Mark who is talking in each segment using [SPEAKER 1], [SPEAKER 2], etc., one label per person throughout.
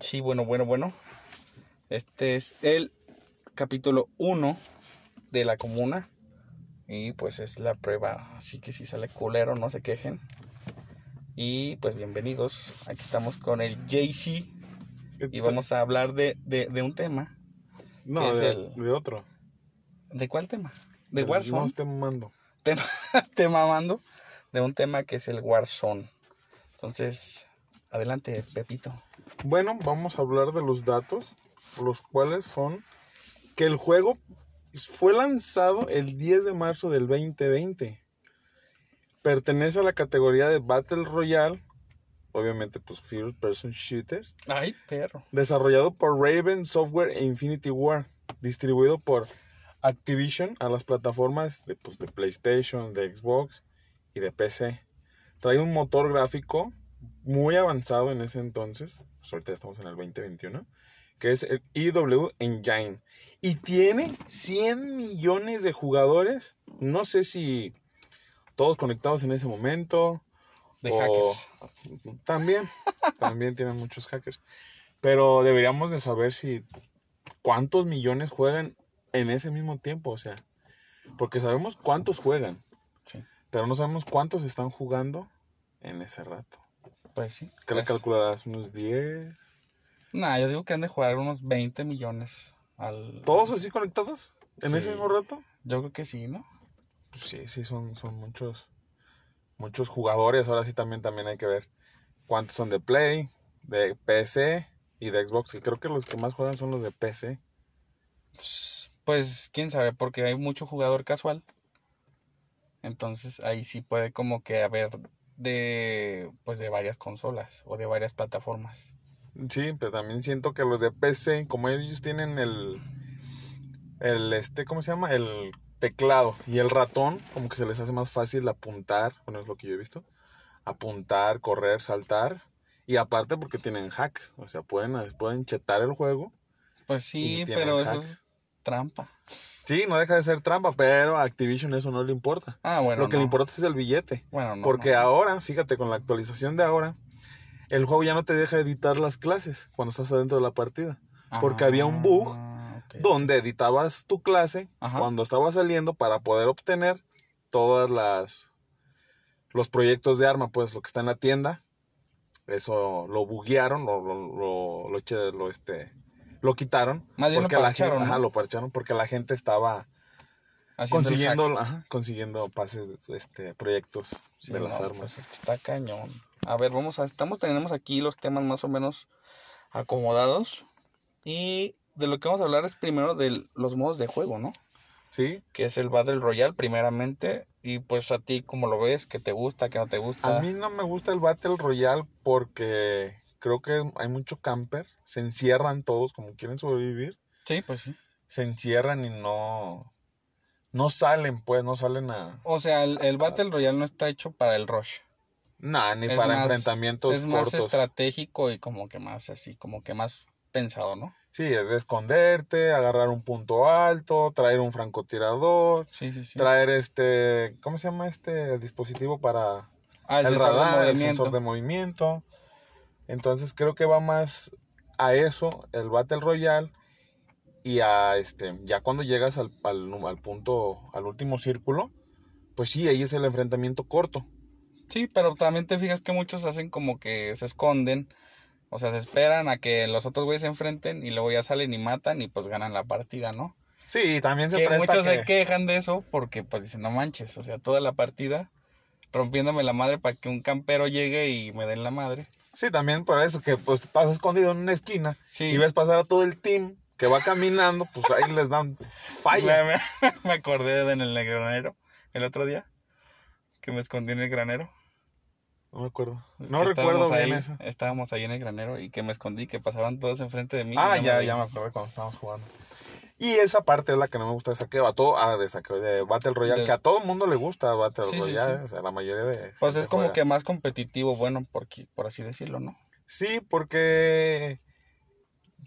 [SPEAKER 1] Sí, bueno, bueno, bueno. Este es el capítulo 1 de la comuna. Y pues es la prueba. Así que si sale culero, no se quejen. Y pues bienvenidos. Aquí estamos con el JC. Y vamos a hablar de, de, de un tema.
[SPEAKER 2] No,
[SPEAKER 1] es
[SPEAKER 2] de,
[SPEAKER 1] el-
[SPEAKER 2] de otro.
[SPEAKER 1] ¿De cuál tema? De
[SPEAKER 2] Del-
[SPEAKER 1] Warzone.
[SPEAKER 2] No, esté mamando.
[SPEAKER 1] tema, te mamando de un tema que es el Warzone. Entonces, adelante, Pepito.
[SPEAKER 2] Bueno, vamos a hablar de los datos, los cuales son que el juego fue lanzado el 10 de marzo del 2020. Pertenece a la categoría de Battle Royale, obviamente pues First Person Shooters,
[SPEAKER 1] Ay, perro.
[SPEAKER 2] desarrollado por Raven Software e Infinity War, distribuido por Activision a las plataformas de, pues, de PlayStation, de Xbox y de PC. Trae un motor gráfico muy avanzado en ese entonces, pues, ahorita estamos en el 2021, que es el IW Engine. Y tiene 100 millones de jugadores, no sé si todos conectados en ese momento,
[SPEAKER 1] De
[SPEAKER 2] o-
[SPEAKER 1] hackers.
[SPEAKER 2] también, también tienen muchos hackers. Pero deberíamos de saber si cuántos millones juegan en ese mismo tiempo, o sea, porque sabemos cuántos juegan,
[SPEAKER 1] Sí,
[SPEAKER 2] pero no sabemos cuántos están jugando en ese rato.
[SPEAKER 1] pues sí.
[SPEAKER 2] ¿Qué le
[SPEAKER 1] pues.
[SPEAKER 2] calcularás? ¿Unos 10?
[SPEAKER 1] Nah, yo digo que han de jugar unos 20 millones al...
[SPEAKER 2] ¿Todos así conectados en
[SPEAKER 1] Sí.
[SPEAKER 2] ese mismo rato?
[SPEAKER 1] Yo creo que sí, ¿no?
[SPEAKER 2] Pues sí, sí, son, son muchos, muchos jugadores. Ahora sí también, también hay que ver cuántos son de Play, de PC y de Xbox. Y creo que los que más juegan son los de PC.
[SPEAKER 1] Pues, pues, quién sabe, porque hay mucho jugador casual. Entonces, ahí sí puede como que haber de pues de varias consolas o de varias plataformas.
[SPEAKER 2] Sí, pero también siento que los de PC, como ellos tienen el, el este, ¿cómo se llama? El teclado y el ratón, como que se les hace más fácil apuntar, bueno, es lo que yo he visto, apuntar, correr, saltar, y aparte porque tienen hacks, o sea, pueden, pueden chetar el juego.
[SPEAKER 1] Pues
[SPEAKER 2] y
[SPEAKER 1] sí,
[SPEAKER 2] tienen
[SPEAKER 1] pero eso
[SPEAKER 2] hacks.
[SPEAKER 1] es trampa.
[SPEAKER 2] Sí, no deja de ser trampa, pero a Activision eso no le importa.
[SPEAKER 1] Ah, bueno,
[SPEAKER 2] lo que
[SPEAKER 1] no.
[SPEAKER 2] le importa es el billete.
[SPEAKER 1] Bueno, no,
[SPEAKER 2] Porque
[SPEAKER 1] no.
[SPEAKER 2] ahora, fíjate, con la actualización de ahora, el juego ya no te deja editar las clases cuando estás adentro de la partida. porque había un bug
[SPEAKER 1] Ah, ok.
[SPEAKER 2] Donde editabas tu clase
[SPEAKER 1] Ajá.
[SPEAKER 2] cuando estabas saliendo para poder obtener todas las los proyectos de arma, pues lo que está en la tienda. Eso lo buguearon, lo, lo, lo, lo eche- lo, este, lo quitaron.
[SPEAKER 1] Más bien lo
[SPEAKER 2] porque la gen-
[SPEAKER 1] parcharon, ¿no?
[SPEAKER 2] ajá, lo parcharon porque la gente estaba
[SPEAKER 1] Haciendo el hack.
[SPEAKER 2] consiguiendo, ajá, consiguiendo pases, este, proyectos
[SPEAKER 1] Sí,
[SPEAKER 2] de las
[SPEAKER 1] no,
[SPEAKER 2] armas.
[SPEAKER 1] pues es que está cañón. A ver, vamos a. Estamos, tenemos aquí los temas más o menos acomodados. Y de lo que vamos a hablar es primero de los modos de juego, ¿no?
[SPEAKER 2] Sí,
[SPEAKER 1] Que es el Battle Royale, primeramente. Y pues a ti, como lo ves, que te gusta, que no te gusta.
[SPEAKER 2] a mí no me gusta el Battle Royale porque creo que hay mucho camper, se encierran todos como quieren sobrevivir,
[SPEAKER 1] Sí, pues sí.
[SPEAKER 2] se encierran y no no salen, pues, no salen a
[SPEAKER 1] O sea, el, el Battle Royale no está hecho para el rush.
[SPEAKER 2] nada, ni
[SPEAKER 1] Es
[SPEAKER 2] para
[SPEAKER 1] más-
[SPEAKER 2] enfrentamientos
[SPEAKER 1] Es más
[SPEAKER 2] cortos.
[SPEAKER 1] estratégico y como que más así, como que más pensado, ¿no?
[SPEAKER 2] sí, es de esconderte, agarrar un punto alto, traer un francotirador,
[SPEAKER 1] Sí, sí, sí.
[SPEAKER 2] traer este, ¿cómo se llama este el dispositivo para
[SPEAKER 1] Ah, el,
[SPEAKER 2] el,
[SPEAKER 1] sensor de
[SPEAKER 2] radar, el
[SPEAKER 1] movimiento.
[SPEAKER 2] sensor de movimiento. Entonces creo que va más a eso, el Battle Royale, y a este, ya cuando llegas al, al nu- al punto, al último círculo, pues sí, ahí es el enfrentamiento corto.
[SPEAKER 1] Sí, pero también te fijas que muchos hacen como que se esconden, o sea, se esperan a que los otros güeyes se enfrenten y luego ya salen y matan y pues ganan la partida, ¿no?
[SPEAKER 2] Sí, y también se
[SPEAKER 1] Que
[SPEAKER 2] presta
[SPEAKER 1] muchos
[SPEAKER 2] que...
[SPEAKER 1] se quejan de eso porque pues dicen, no manches, o sea, toda la partida rompiéndome la madre para que un campero llegue y me den la madre.
[SPEAKER 2] Sí, también por eso, que pues estás escondido en una esquina
[SPEAKER 1] Sí.
[SPEAKER 2] y ves pasar a todo el team que va caminando, pues ahí les dan falla.
[SPEAKER 1] Me, me acordé de en el granero el otro día que me escondí en el granero.
[SPEAKER 2] No me acuerdo.
[SPEAKER 1] Es
[SPEAKER 2] No
[SPEAKER 1] que
[SPEAKER 2] recuerdo
[SPEAKER 1] estábamos
[SPEAKER 2] bien
[SPEAKER 1] ahí,
[SPEAKER 2] eso.
[SPEAKER 1] Estábamos ahí en el granero y que me escondí, que pasaban todos enfrente de mí. y
[SPEAKER 2] Ah,
[SPEAKER 1] no
[SPEAKER 2] ya,
[SPEAKER 1] me
[SPEAKER 2] ya me
[SPEAKER 1] veían.
[SPEAKER 2] acuerdo cuando estábamos jugando. Y esa parte es la que no me gusta de saqueo, a todo, ah, de saqueo, de Battle Royale,
[SPEAKER 1] Del-
[SPEAKER 2] que a todo mundo le gusta Battle
[SPEAKER 1] Sí, sí,
[SPEAKER 2] Royale,
[SPEAKER 1] sí.
[SPEAKER 2] o sea, la mayoría de...
[SPEAKER 1] Pues
[SPEAKER 2] gente
[SPEAKER 1] es como
[SPEAKER 2] juega.
[SPEAKER 1] que más competitivo, bueno, porque, por así decirlo, ¿no?
[SPEAKER 2] Sí, porque...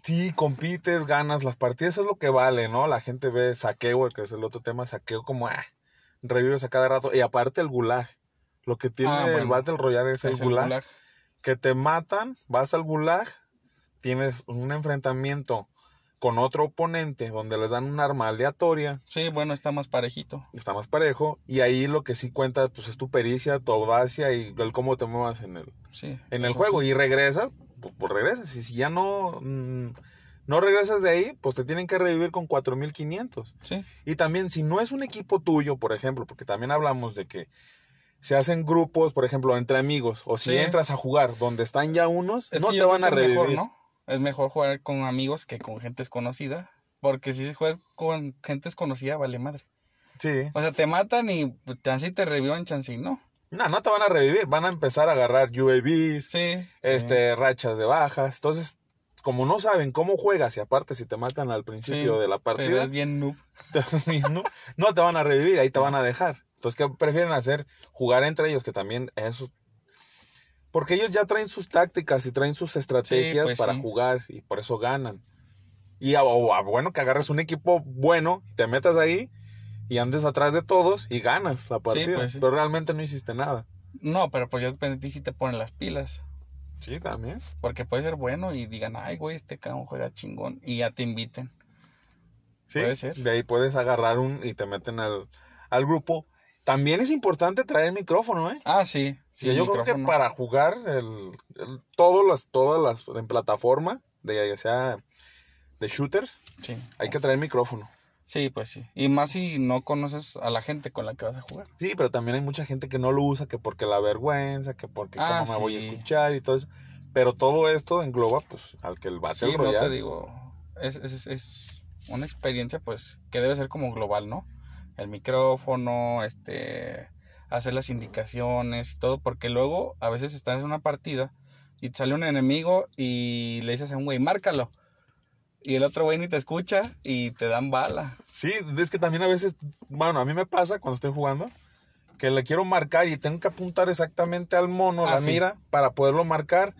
[SPEAKER 2] Sí, compites, ganas las partidas, eso es lo que vale, ¿no? La gente ve saqueo, que es el otro tema, saqueo como, ah, revives a cada rato. Y aparte el gulag, lo que tiene
[SPEAKER 1] Ah,
[SPEAKER 2] el
[SPEAKER 1] bueno.
[SPEAKER 2] Battle Royale
[SPEAKER 1] Es
[SPEAKER 2] es,
[SPEAKER 1] el
[SPEAKER 2] el gulag,
[SPEAKER 1] gulag.
[SPEAKER 2] que te matan, vas al gulag, tienes un enfrentamiento con otro oponente donde les dan un arma aleatoria,
[SPEAKER 1] Sí, bueno, está más parejito.
[SPEAKER 2] está más parejo, y ahí lo que sí cuenta pues es tu pericia, tu audacia y el cómo te muevas en el,
[SPEAKER 1] Sí.
[SPEAKER 2] en el
[SPEAKER 1] eso
[SPEAKER 2] juego.
[SPEAKER 1] sí.
[SPEAKER 2] Y regresas, pues, pues regresas. Y si ya no, mm, no regresas de ahí, pues te tienen que revivir con 4500.
[SPEAKER 1] Sí,
[SPEAKER 2] Y también, si no es un equipo tuyo, por ejemplo, porque también hablamos de que se hacen grupos, por ejemplo, entre amigos, o si
[SPEAKER 1] Sí.
[SPEAKER 2] entras a jugar donde están ya unos,
[SPEAKER 1] Es
[SPEAKER 2] no
[SPEAKER 1] que
[SPEAKER 2] te
[SPEAKER 1] yo
[SPEAKER 2] van a
[SPEAKER 1] creo que es
[SPEAKER 2] revivir.
[SPEAKER 1] Mejor, ¿no? Es mejor jugar con amigos que con gente desconocida. Porque si juegas con gente desconocida, vale madre.
[SPEAKER 2] Sí.
[SPEAKER 1] O sea, te matan y así te revivan, chance y no.
[SPEAKER 2] No, no te van a revivir, van a empezar a agarrar UAVs,
[SPEAKER 1] Sí. sí.
[SPEAKER 2] este, rachas de bajas. Entonces, como no saben cómo juegas, y aparte si te matan al
[SPEAKER 1] Sí,
[SPEAKER 2] principio de la
[SPEAKER 1] Te
[SPEAKER 2] partida,
[SPEAKER 1] ves bien noob.
[SPEAKER 2] no, no te van a revivir, ahí te van a dejar. Entonces, ¿qué prefieren hacer? Jugar entre ellos, que también eso... Porque ellos ya traen sus tácticas y traen sus estrategias
[SPEAKER 1] pues
[SPEAKER 2] para
[SPEAKER 1] sí.
[SPEAKER 2] jugar y por eso ganan. Y a- o a- bueno, que agarres un equipo bueno, te metas ahí y andes atrás de todos y ganas la partida.
[SPEAKER 1] pues sí.
[SPEAKER 2] Pero realmente no hiciste nada.
[SPEAKER 1] No, pero pues ya depende de ti si te ponen las pilas.
[SPEAKER 2] Sí, también.
[SPEAKER 1] Porque puede ser bueno y digan, ay, güey, este cabrón juega chingón. Y ya te inviten.
[SPEAKER 2] Sí,
[SPEAKER 1] Puede ser.
[SPEAKER 2] De ahí puedes agarrar un y te meten al, al grupo. También es importante traer micrófono, ¿eh?
[SPEAKER 1] Ah, sí. sí
[SPEAKER 2] Que yo creo que
[SPEAKER 1] micrófono.
[SPEAKER 2] para jugar el, el- todas las todas las en plataforma de ya sea de shooters
[SPEAKER 1] Sí.
[SPEAKER 2] hay que traer micrófono.
[SPEAKER 1] sí, pues sí. Y más si no conoces a la gente con la que vas a jugar.
[SPEAKER 2] Sí, pero también hay mucha gente que no lo usa que porque la vergüenza, que porque
[SPEAKER 1] Ah,
[SPEAKER 2] cómo me voy a
[SPEAKER 1] sí.
[SPEAKER 2] escuchar y todo eso. Pero todo esto engloba pues al que el Battle
[SPEAKER 1] sí, no
[SPEAKER 2] Royale.
[SPEAKER 1] te digo. Es, es- es- es una experiencia, pues, que debe ser como global, ¿no? El micrófono, este. Hacer las indicaciones y todo, porque luego a veces estás en una partida y te sale un enemigo y le dices a un güey, márcalo. Y el otro güey ni te escucha y te dan bala.
[SPEAKER 2] Sí, es que también a veces, bueno, a mí me pasa cuando estoy jugando que le quiero marcar y tengo que apuntar exactamente al mono,
[SPEAKER 1] Ah,
[SPEAKER 2] la
[SPEAKER 1] sí.
[SPEAKER 2] mira, para poderlo marcar.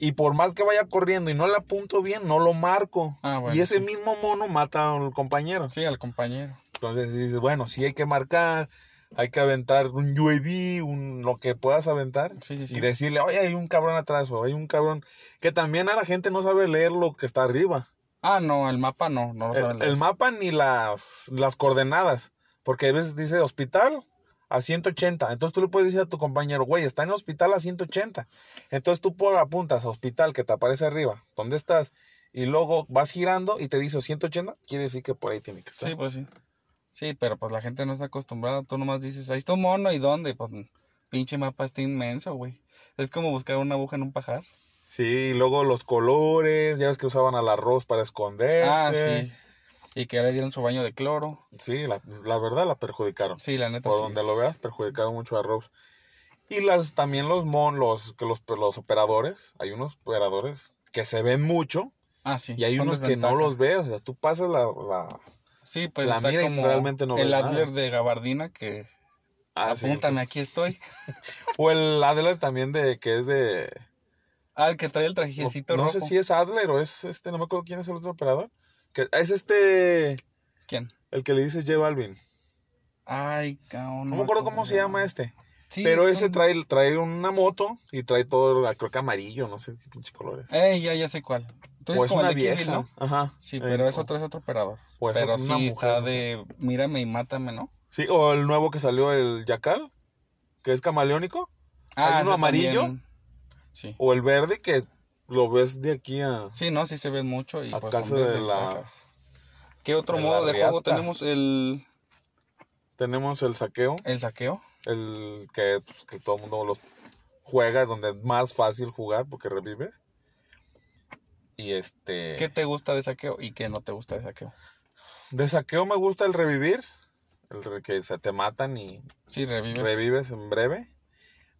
[SPEAKER 2] Y por más que vaya corriendo y no le apunto bien, no lo marco.
[SPEAKER 1] Ah, bueno,
[SPEAKER 2] y ese
[SPEAKER 1] sí.
[SPEAKER 2] mismo mono mata al compañero.
[SPEAKER 1] Sí, al compañero.
[SPEAKER 2] Entonces dices, bueno, sí hay que marcar, hay que aventar un UAV, un, lo que puedas aventar.
[SPEAKER 1] Sí, sí, sí.
[SPEAKER 2] Y decirle, oye, hay un cabrón atrás o hay un cabrón. Que también a la gente no sabe leer lo que está arriba.
[SPEAKER 1] Ah, no, el mapa no, no lo
[SPEAKER 2] El-
[SPEAKER 1] saben
[SPEAKER 2] El,
[SPEAKER 1] leer.
[SPEAKER 2] mapa ni las, las coordenadas. Porque a veces dice hospital a 180. Entonces tú le puedes decir a tu compañero, güey, está en hospital a 180. Entonces tú por apuntas a hospital que te aparece arriba. ¿Dónde estás? Y luego vas girando y te dice 180. Quiere decir que por ahí tiene que estar.
[SPEAKER 1] Sí, pues sí. Sí, pero pues la gente no está acostumbrada. Tú nomás dices, ahí está un mono y dónde. Pues pinche mapa está inmenso, güey. Es como buscar una aguja en un pajar.
[SPEAKER 2] Sí, y luego los colores. Ya ves que usaban al arroz para esconderse.
[SPEAKER 1] Ah, sí. Y que ahora le dieron su baño de cloro.
[SPEAKER 2] Sí, la, la verdad la perjudicaron.
[SPEAKER 1] Sí, la neta
[SPEAKER 2] por
[SPEAKER 1] sí.
[SPEAKER 2] donde lo veas perjudicaron mucho a Rose y las también los mon los que los, los operadores hay unos operadores que se ven mucho
[SPEAKER 1] Ah, sí.
[SPEAKER 2] y hay
[SPEAKER 1] son
[SPEAKER 2] unos que no
[SPEAKER 1] desventajas.
[SPEAKER 2] los ves o sea tú pasas la, la
[SPEAKER 1] Sí, pues
[SPEAKER 2] la
[SPEAKER 1] está
[SPEAKER 2] mira y
[SPEAKER 1] como
[SPEAKER 2] realmente no
[SPEAKER 1] el
[SPEAKER 2] ves nada.
[SPEAKER 1] Adler de gabardina que
[SPEAKER 2] Ah, sí.
[SPEAKER 1] apúntame, aquí estoy.
[SPEAKER 2] o el Adler también de que es de
[SPEAKER 1] Ah, el que trae el
[SPEAKER 2] no,
[SPEAKER 1] trajecito
[SPEAKER 2] no
[SPEAKER 1] rojo.
[SPEAKER 2] sé si es Adler o es este no me acuerdo quién es el otro operador que es este
[SPEAKER 1] ¿Quién?
[SPEAKER 2] el que le dice J Balvin
[SPEAKER 1] Ay, cabrón.
[SPEAKER 2] no me acuerdo cómo se llama
[SPEAKER 1] este.
[SPEAKER 2] este pero ese trae trae una moto y trae todo creo que amarillo no sé qué pinche colores
[SPEAKER 1] Eh, ya, ya sé cuál. Entonces,
[SPEAKER 2] o es
[SPEAKER 1] como
[SPEAKER 2] una
[SPEAKER 1] el de Kill Bill,
[SPEAKER 2] vieja
[SPEAKER 1] ¿no?
[SPEAKER 2] ajá
[SPEAKER 1] Sí,
[SPEAKER 2] Eh,
[SPEAKER 1] pero es
[SPEAKER 2] o-
[SPEAKER 1] otro, es otro operador.
[SPEAKER 2] o es
[SPEAKER 1] pero
[SPEAKER 2] Pues, una
[SPEAKER 1] sí
[SPEAKER 2] mujer,
[SPEAKER 1] está
[SPEAKER 2] no sé.
[SPEAKER 1] de mírame y mátame, ¿no?
[SPEAKER 2] Sí, o el nuevo que salió, el Yacal, que es camaleónico, ¿Hay uno
[SPEAKER 1] Ah, ese
[SPEAKER 2] amarillo? Uh.
[SPEAKER 1] también. Sí.
[SPEAKER 2] o el verde que lo ves de aquí a...
[SPEAKER 1] Sí, no, sí se ven mucho y
[SPEAKER 2] A
[SPEAKER 1] pues
[SPEAKER 2] casa
[SPEAKER 1] son
[SPEAKER 2] de la-
[SPEAKER 1] desventajas. ¿Qué otro
[SPEAKER 2] de
[SPEAKER 1] modo
[SPEAKER 2] la
[SPEAKER 1] de juego
[SPEAKER 2] riata.
[SPEAKER 1] tenemos? El,
[SPEAKER 2] Tenemos el saqueo,
[SPEAKER 1] el saqueo.
[SPEAKER 2] el que, pues, que todo el mundo los juega, donde es más fácil jugar porque revives. Y este...
[SPEAKER 1] ¿Qué te gusta de saqueo y qué no te gusta de saqueo?
[SPEAKER 2] De saqueo me gusta el revivir, el re- que se te matan y
[SPEAKER 1] Sí, revives.
[SPEAKER 2] revives en breve.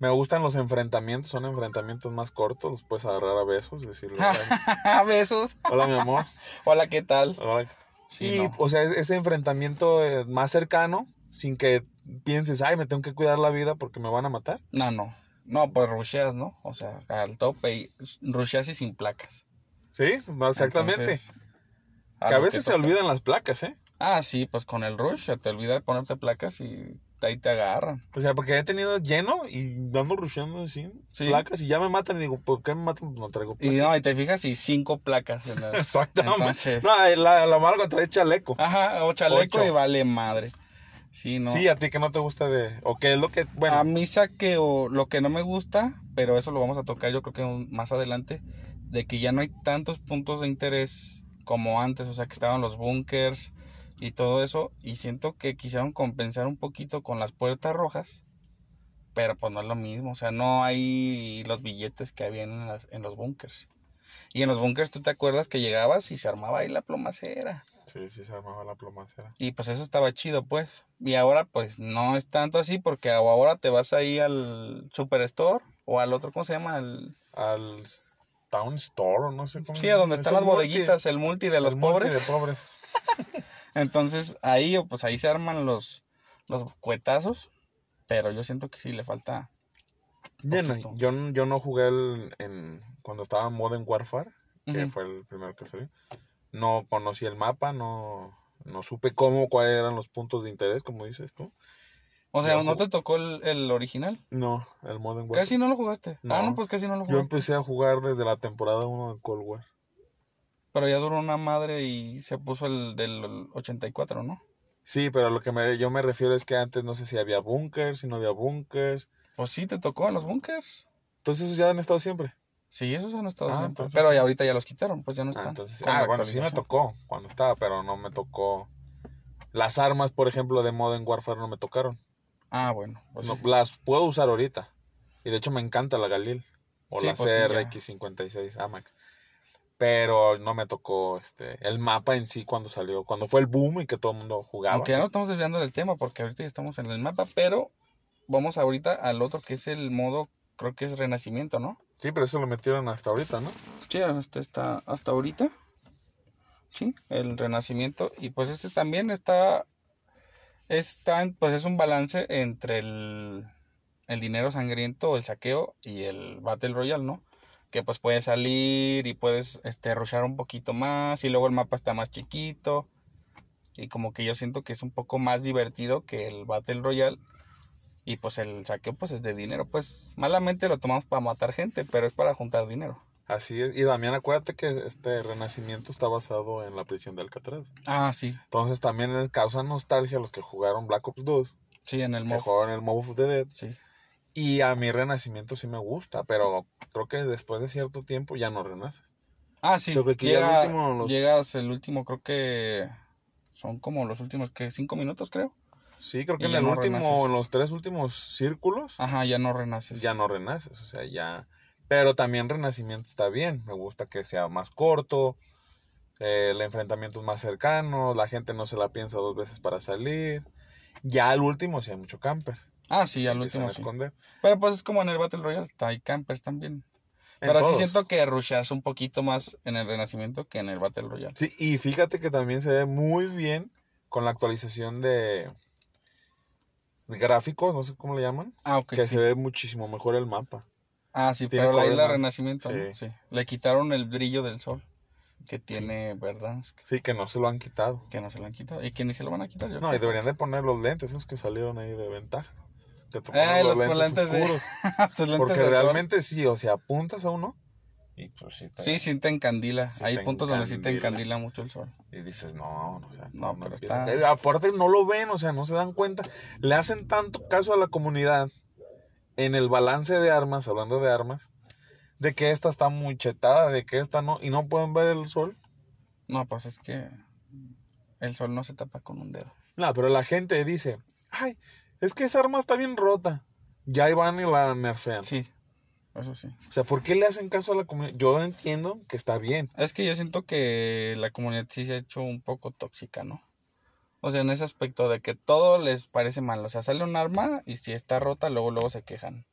[SPEAKER 2] Me gustan los enfrentamientos, son enfrentamientos más cortos, los puedes agarrar a besos, decirle, "Hola,
[SPEAKER 1] Ah, Besos.
[SPEAKER 2] hola mi amor,
[SPEAKER 1] Hola, ¿qué tal?
[SPEAKER 2] hola,
[SPEAKER 1] Sí,
[SPEAKER 2] y,
[SPEAKER 1] no.
[SPEAKER 2] o sea, es- ese enfrentamiento eh, más cercano, sin que pienses, ay, me tengo que cuidar la vida porque me van a matar.
[SPEAKER 1] No, no. No, pues rusheas, ¿no? O sea, al tope y rusheas y sin placas.
[SPEAKER 2] Sí, exactamente.
[SPEAKER 1] Entonces,
[SPEAKER 2] que
[SPEAKER 1] lo
[SPEAKER 2] a veces se
[SPEAKER 1] toca.
[SPEAKER 2] olvidan las placas, ¿eh?
[SPEAKER 1] Ah, sí, pues con el rush se te olvida de ponerte placas y ahí te agarran.
[SPEAKER 2] O sea, porque he tenido lleno y dando rusheando así,
[SPEAKER 1] Sí.
[SPEAKER 2] placas, y ya me matan. Y digo, ¿por qué me matan? Pues no traigo
[SPEAKER 1] Y
[SPEAKER 2] placas.
[SPEAKER 1] no, y te fijas y cinco placas. en la-
[SPEAKER 2] Exactamente.
[SPEAKER 1] Entonces-
[SPEAKER 2] No, eh, la, la mala trae chaleco.
[SPEAKER 1] Ajá, o chaleco
[SPEAKER 2] Ocho.
[SPEAKER 1] y vale madre. Sí, no. Ah,
[SPEAKER 2] Sí, a ti que no te gusta de... O que es lo que... Bueno,
[SPEAKER 1] A mí saqueo lo que no me gusta, pero eso lo vamos a tocar yo creo que un- más adelante, de que ya no hay tantos puntos de interés como antes, o sea, que estaban los bunkers y todo eso, y siento que quisieron compensar un poquito con las puertas rojas, pero pues no es lo mismo, o sea, no hay los billetes que habían en, las- en los bunkers. Y en los bunkers tú te acuerdas que llegabas y se armaba ahí la plomacera.
[SPEAKER 2] sí, sí, se armaba la plomacera.
[SPEAKER 1] Y pues eso estaba chido, pues. Y ahora, pues no es tanto así, porque o ahora te vas ahí al Superstore o al otro, ¿cómo se llama? Al-
[SPEAKER 2] Al Town Store o no sé cómo.
[SPEAKER 1] Sí, a donde
[SPEAKER 2] Mm, Es
[SPEAKER 1] están
[SPEAKER 2] un
[SPEAKER 1] las bodeguitas, el multi de
[SPEAKER 2] multi-
[SPEAKER 1] los
[SPEAKER 2] el multi
[SPEAKER 1] pobres.
[SPEAKER 2] De pobres.
[SPEAKER 1] Entonces ahí, o, pues ahí se arman los, los cuetazos. Pero yo siento que sí le falta.
[SPEAKER 2] Ya no,
[SPEAKER 1] Poquito.
[SPEAKER 2] yo, n- yo no jugué el- en, cuando estaba en Modern Warfare, que
[SPEAKER 1] Ujú.
[SPEAKER 2] fue el primero que salió. No conocí el mapa, no, no supe cómo, cuáles eran los puntos de interés, como dices tú.
[SPEAKER 1] O sea,
[SPEAKER 2] Yo
[SPEAKER 1] ¿no
[SPEAKER 2] jugué-
[SPEAKER 1] te tocó el, el original?
[SPEAKER 2] No, el Modern Warfare.
[SPEAKER 1] Casi no lo jugaste. Ah, no,
[SPEAKER 2] No.
[SPEAKER 1] pues casi no lo
[SPEAKER 2] Yo
[SPEAKER 1] jugaste.
[SPEAKER 2] empecé a jugar desde la temporada 1 de Cold War.
[SPEAKER 1] Pero ya duró una madre y se puso el del 84, ¿no?
[SPEAKER 2] Sí, pero lo que me- yo me refiero es que antes no sé si había bunkers, si no había bunkers.
[SPEAKER 1] Pues sí, te tocó en los bunkers.
[SPEAKER 2] Entonces ya han estado siempre.
[SPEAKER 1] Sí, esos han estado
[SPEAKER 2] Ah,
[SPEAKER 1] siempre.
[SPEAKER 2] entonces
[SPEAKER 1] Pero
[SPEAKER 2] sí.
[SPEAKER 1] ya ahorita ya los quitaron, pues ya no están.
[SPEAKER 2] Ah, entonces,
[SPEAKER 1] Con
[SPEAKER 2] ah,
[SPEAKER 1] la
[SPEAKER 2] bueno, sí me
[SPEAKER 1] actualización.
[SPEAKER 2] tocó cuando estaba, pero no me tocó. Las armas, por ejemplo, de Modern Warfare no me tocaron.
[SPEAKER 1] Ah, bueno. pues
[SPEAKER 2] No,
[SPEAKER 1] sí.
[SPEAKER 2] Las puedo usar ahorita. Y de hecho me encanta la Galil. O
[SPEAKER 1] Sí,
[SPEAKER 2] la
[SPEAKER 1] pues sí, ya.
[SPEAKER 2] CRX56 Amax. Pero no me tocó este el mapa en sí cuando salió. Cuando fue el boom y que todo el mundo jugaba.
[SPEAKER 1] Aunque ya no estamos desviando del tema porque ahorita ya estamos en el mapa, pero vamos ahorita al otro que es el modo, creo que es Renacimiento, ¿no?
[SPEAKER 2] Sí, pero eso lo metieron hasta ahorita, ¿no?
[SPEAKER 1] Sí, hasta, está, hasta ahorita. Sí, el renacimiento. Y pues este también está. Está en- pues es un balance entre el, el dinero sangriento, el saqueo y el Battle Royale, ¿no? Que pues puedes salir y puedes este, rushar un poquito más. Y luego el mapa está más chiquito. Y como que yo siento que es un poco más divertido que el Battle Royale. Y pues el saqueo pues es de dinero. Pues malamente lo tomamos para matar gente, pero es para juntar dinero.
[SPEAKER 2] Así es. Y Damián, acuérdate que este renacimiento está basado en la prisión de Alcatraz.
[SPEAKER 1] Ah, sí.
[SPEAKER 2] Entonces también les causa nostalgia a los que jugaron Black Ops 2.
[SPEAKER 1] Sí, en el
[SPEAKER 2] que
[SPEAKER 1] mojo.
[SPEAKER 2] jugaban el Mob of the Dead.
[SPEAKER 1] Sí.
[SPEAKER 2] Y a mi renacimiento sí me gusta, pero creo que después de cierto tiempo ya no renaces.
[SPEAKER 1] Ah, sí.
[SPEAKER 2] Yo creo que ya el
[SPEAKER 1] llega,
[SPEAKER 2] último, los-
[SPEAKER 1] Llegas el último, creo que son como los últimos, que cinco minutos, creo.
[SPEAKER 2] Sí, creo que
[SPEAKER 1] Y
[SPEAKER 2] en
[SPEAKER 1] ya
[SPEAKER 2] el
[SPEAKER 1] no
[SPEAKER 2] último,
[SPEAKER 1] renaces. Ah.
[SPEAKER 2] en los tres últimos círculos,
[SPEAKER 1] Ajá, ya no renaces.
[SPEAKER 2] ya no renaces. O sea, ya. Pero también renacimiento está bien. Me gusta que sea más corto, eh, el enfrentamiento es más cercano, la gente no se la piensa dos veces para salir. Ya al último sí hay mucho camper.
[SPEAKER 1] Ah, sí,
[SPEAKER 2] se
[SPEAKER 1] al
[SPEAKER 2] empiezan
[SPEAKER 1] último
[SPEAKER 2] a
[SPEAKER 1] sí.
[SPEAKER 2] esconder.
[SPEAKER 1] Pero pues es como en el Battle Royale, hay campers también.
[SPEAKER 2] En
[SPEAKER 1] Pero sí
[SPEAKER 2] todos.
[SPEAKER 1] siento que rushas un poquito más en el Renacimiento que en el Battle Royale.
[SPEAKER 2] Sí, y fíjate que también se ve muy bien con la actualización de gráficos, no sé cómo le llaman,
[SPEAKER 1] Ah, ok,
[SPEAKER 2] que
[SPEAKER 1] sí.
[SPEAKER 2] se ve muchilo mejor el mapa.
[SPEAKER 1] Ah, sí,
[SPEAKER 2] tiene
[SPEAKER 1] pero la
[SPEAKER 2] colores
[SPEAKER 1] isla
[SPEAKER 2] más-
[SPEAKER 1] Renacimiento, ¿no?
[SPEAKER 2] sí.
[SPEAKER 1] Sí. Le quitaron el brillo del sol que tiene Verdansk,
[SPEAKER 2] Sí, que no se lo han quitado.
[SPEAKER 1] que no se lo han quitado. ¿Y que ni se lo van a quitar yo.
[SPEAKER 2] No, y
[SPEAKER 1] creo.
[SPEAKER 2] deberían de poner los lentes, esos que salieron ahí de ventaja. Que te ponen
[SPEAKER 1] Ah,
[SPEAKER 2] los,
[SPEAKER 1] los
[SPEAKER 2] lentes
[SPEAKER 1] lentes de-
[SPEAKER 2] oscuros.
[SPEAKER 1] Tus lentes
[SPEAKER 2] Porque
[SPEAKER 1] de sol.
[SPEAKER 2] realmente sí, o sea, apuntas a uno y pues sí, te-
[SPEAKER 1] Sí, sí te encandila.
[SPEAKER 2] Sí
[SPEAKER 1] Hay
[SPEAKER 2] te
[SPEAKER 1] puntos donde sí te
[SPEAKER 2] encandila.
[SPEAKER 1] encandila mucho el sol.
[SPEAKER 2] y dices, no, no, o sea,
[SPEAKER 1] No, pero
[SPEAKER 2] empieza".
[SPEAKER 1] está-
[SPEAKER 2] Aparte no lo ven, o sea, no se dan cuenta. Le hacen tanto caso a la comunidad en el balance de armas, hablando de armas, de que esta está muy chetada, de que esta no, y no pueden ver el sol.
[SPEAKER 1] No, pues es que el sol no se tapa con un dedo.
[SPEAKER 2] No, pero la gente dice, ay, es que esa arma está bien rota. Ya ahí van y la nerfean.
[SPEAKER 1] Sí, eso sí.
[SPEAKER 2] O sea, ¿por qué le hacen caso a la comunidad? Yo entiendo que está bien.
[SPEAKER 1] Es que yo siento que la comunidad sí se ha hecho un poco tóxica, ¿no? O sea, en ese aspecto de que todo les parece mal. O sea, sale un arma y si está rota, luego luego se quejan.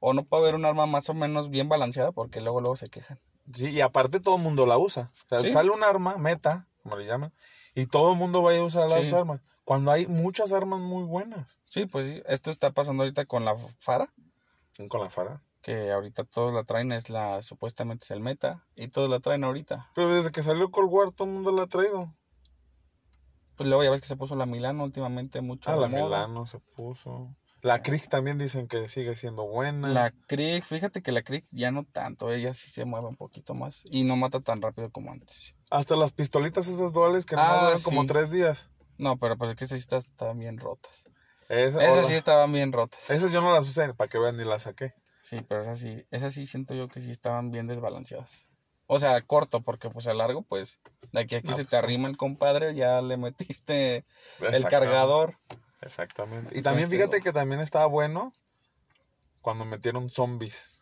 [SPEAKER 1] O no puede haber un arma más o menos bien balanceada porque luego luego se quejan.
[SPEAKER 2] Sí, y aparte todo el mundo la usa. O sea,
[SPEAKER 1] Sí.
[SPEAKER 2] sale un arma, meta, como le llaman, y todo el mundo va a usar las
[SPEAKER 1] Sí.
[SPEAKER 2] armas. Cuando hay muchas armas muy buenas.
[SPEAKER 1] Sí, pues sí. Esto está pasando ahorita con la Fara.
[SPEAKER 2] Con la fara.
[SPEAKER 1] que ahorita todos la traen, es la, supuestamente es el meta, y todos la traen ahorita.
[SPEAKER 2] Pero desde que salió Cold War todo el mundo la ha traído.
[SPEAKER 1] Pues luego ya ves que se puso la Milano últimamente mucho.
[SPEAKER 2] Ah,
[SPEAKER 1] de
[SPEAKER 2] la
[SPEAKER 1] moda. Ah.
[SPEAKER 2] Milano se puso. La Crick también dicen que sigue siendo buena.
[SPEAKER 1] La Crick, fíjate que la Crick ya no tanto, ella sí se mueve un poquito más y no mata tan rápido como antes.
[SPEAKER 2] Hasta las pistolitas esas duales que no
[SPEAKER 1] Ah,
[SPEAKER 2] duran
[SPEAKER 1] sí.
[SPEAKER 2] como tres días.
[SPEAKER 1] No, pero pues es que esas sí está- estaban bien rotas.
[SPEAKER 2] Esa- o
[SPEAKER 1] Esas
[SPEAKER 2] la-
[SPEAKER 1] sí estaban bien rotas.
[SPEAKER 2] esas yo no las usé para que vean ni las saqué.
[SPEAKER 1] Sí, pero esas sí, esas sí siento yo que sí estaban bien desbalanceadas. O sea, corto, porque pues a largo, pues, de aquí a que
[SPEAKER 2] No,
[SPEAKER 1] se
[SPEAKER 2] pues,
[SPEAKER 1] te
[SPEAKER 2] no.
[SPEAKER 1] arrima el compadre, ya le metiste el
[SPEAKER 2] Exactamente.
[SPEAKER 1] cargador.
[SPEAKER 2] Exactamente. Y también
[SPEAKER 1] Entonces, te
[SPEAKER 2] fíjate
[SPEAKER 1] digo-
[SPEAKER 2] que también estaba bueno cuando metieron zombies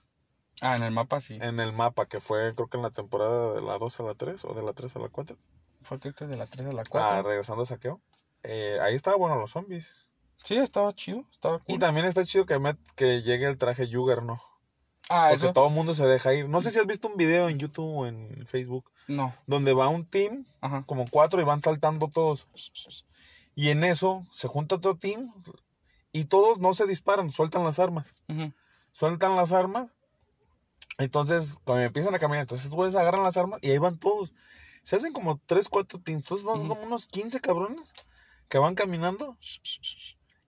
[SPEAKER 1] Ah, en el mapa sí.
[SPEAKER 2] en el mapa, que fue creo que en la temporada de la 2 a la 3 o de la 3 a la 4.
[SPEAKER 1] Fue creo que de la 3 a la
[SPEAKER 2] Ah,
[SPEAKER 1] 4.
[SPEAKER 2] regresando a saqueo. Eh, ahí estaba bueno los zombies.
[SPEAKER 1] sí, estaba chido, estaba
[SPEAKER 2] Y
[SPEAKER 1] cool.
[SPEAKER 2] también está chido que, met- que llegue el traje Yuger, ¿no?
[SPEAKER 1] Ah,
[SPEAKER 2] Porque
[SPEAKER 1] eso.
[SPEAKER 2] todo el mundo se deja ir. No sé si has visto un video en YouTube o en Facebook
[SPEAKER 1] No,
[SPEAKER 2] donde va un team,
[SPEAKER 1] ajá.
[SPEAKER 2] como cuatro, y van saltando todos. Y en eso se junta otro team y todos no se disparan, sueltan las armas.
[SPEAKER 1] ujú.
[SPEAKER 2] Sueltan las armas. Entonces, cuando empiezan a caminar, entonces güeyes agarran las armas y ahí van todos. Se hacen como tres, cuatro teams. Entonces van
[SPEAKER 1] Ujú.
[SPEAKER 2] como unos 15 cabrones que van caminando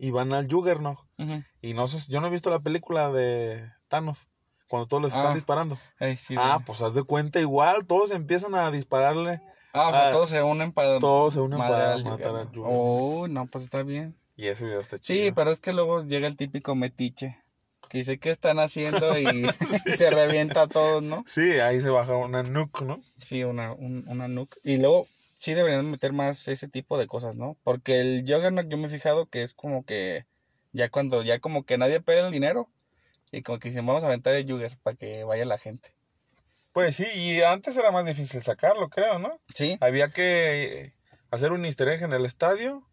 [SPEAKER 2] y van al Juggernaut.
[SPEAKER 1] Ujú.
[SPEAKER 2] Y no sé, si- yo no he visto la película de Thanos, cuando todos les están
[SPEAKER 1] Ah.
[SPEAKER 2] disparando.
[SPEAKER 1] Ey, sí,
[SPEAKER 2] Ah,
[SPEAKER 1] güey.
[SPEAKER 2] pues haz de cuenta igual, todos empiezan a dispararle,
[SPEAKER 1] Ah, o sea,
[SPEAKER 2] ah,
[SPEAKER 1] todos se unen para
[SPEAKER 2] todos se unen
[SPEAKER 1] madrear
[SPEAKER 2] para
[SPEAKER 1] al
[SPEAKER 2] matar al
[SPEAKER 1] Juggernaut.
[SPEAKER 2] Juggernaut.
[SPEAKER 1] Uy, no, pues está bien.
[SPEAKER 2] Y ese video está
[SPEAKER 1] Sí,
[SPEAKER 2] chido.
[SPEAKER 1] pero es que luego llega el típico metiche. Que dice, ¿qué están haciendo? Y se revienta a todos, ¿no?
[SPEAKER 2] Sí, ahí se baja una nuke, ¿no?
[SPEAKER 1] Sí, una, un- una nuke. Y luego, sí deberían meter más ese tipo de cosas, ¿no? Porque el Juggernaut yo me he fijado que es como que... Ya cuando, ya como que nadie pega el dinero. Y como que dicen, vamos a aventar el Jugger para que vaya la gente.
[SPEAKER 2] Pues sí, y antes era más difícil sacarlo, creo, ¿no?
[SPEAKER 1] Sí,
[SPEAKER 2] Había que eh, hacer un easter egg en el estadio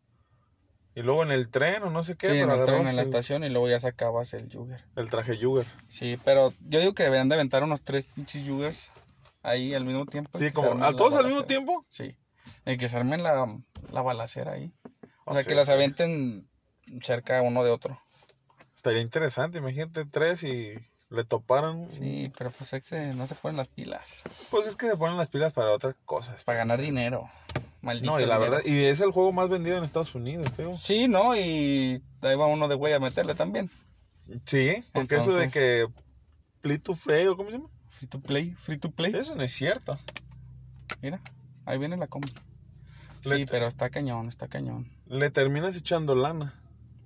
[SPEAKER 2] y luego en el tren o no sé qué,
[SPEAKER 1] sí,
[SPEAKER 2] pero
[SPEAKER 1] en el tren,
[SPEAKER 2] agarrabas
[SPEAKER 1] en la
[SPEAKER 2] el,
[SPEAKER 1] estación y luego ya sacabas el Jugger.
[SPEAKER 2] el traje Jugger.
[SPEAKER 1] Sí, pero yo digo que deberían de aventar unos tres pinches Jugers ahí al mismo tiempo. y
[SPEAKER 2] Sí,
[SPEAKER 1] que se
[SPEAKER 2] como
[SPEAKER 1] arme
[SPEAKER 2] a
[SPEAKER 1] la
[SPEAKER 2] todos al mismo
[SPEAKER 1] balacera.
[SPEAKER 2] tiempo.
[SPEAKER 1] Sí, y que se armen la, la balacera ahí. O sea,
[SPEAKER 2] Ah, Sí,
[SPEAKER 1] que las
[SPEAKER 2] sí.
[SPEAKER 1] aventen cerca uno de otro.
[SPEAKER 2] Estaría interesante, imagínate tres y le toparan.
[SPEAKER 1] Sí, pero pues es que no se ponen las pilas.
[SPEAKER 2] Pues es que se ponen las pilas para otras cosas.
[SPEAKER 1] Para
[SPEAKER 2] pues,
[SPEAKER 1] ganar
[SPEAKER 2] o sea.
[SPEAKER 1] dinero. Maldito.
[SPEAKER 2] No, y la
[SPEAKER 1] dinero.
[SPEAKER 2] verdad, y es el juego más vendido en Estados Unidos, creo.
[SPEAKER 1] Sí, ¿no? Y ahí va uno de güey a meterle también.
[SPEAKER 2] Sí, porque eso de
[SPEAKER 1] Entonces-
[SPEAKER 2] que Play to Play o cómo se llama,
[SPEAKER 1] Free to play, free to play.
[SPEAKER 2] eso no es cierto.
[SPEAKER 1] Mira, ahí viene la combi. Sí,
[SPEAKER 2] Le-
[SPEAKER 1] pero está cañón, está cañón.
[SPEAKER 2] Le terminas echando lana.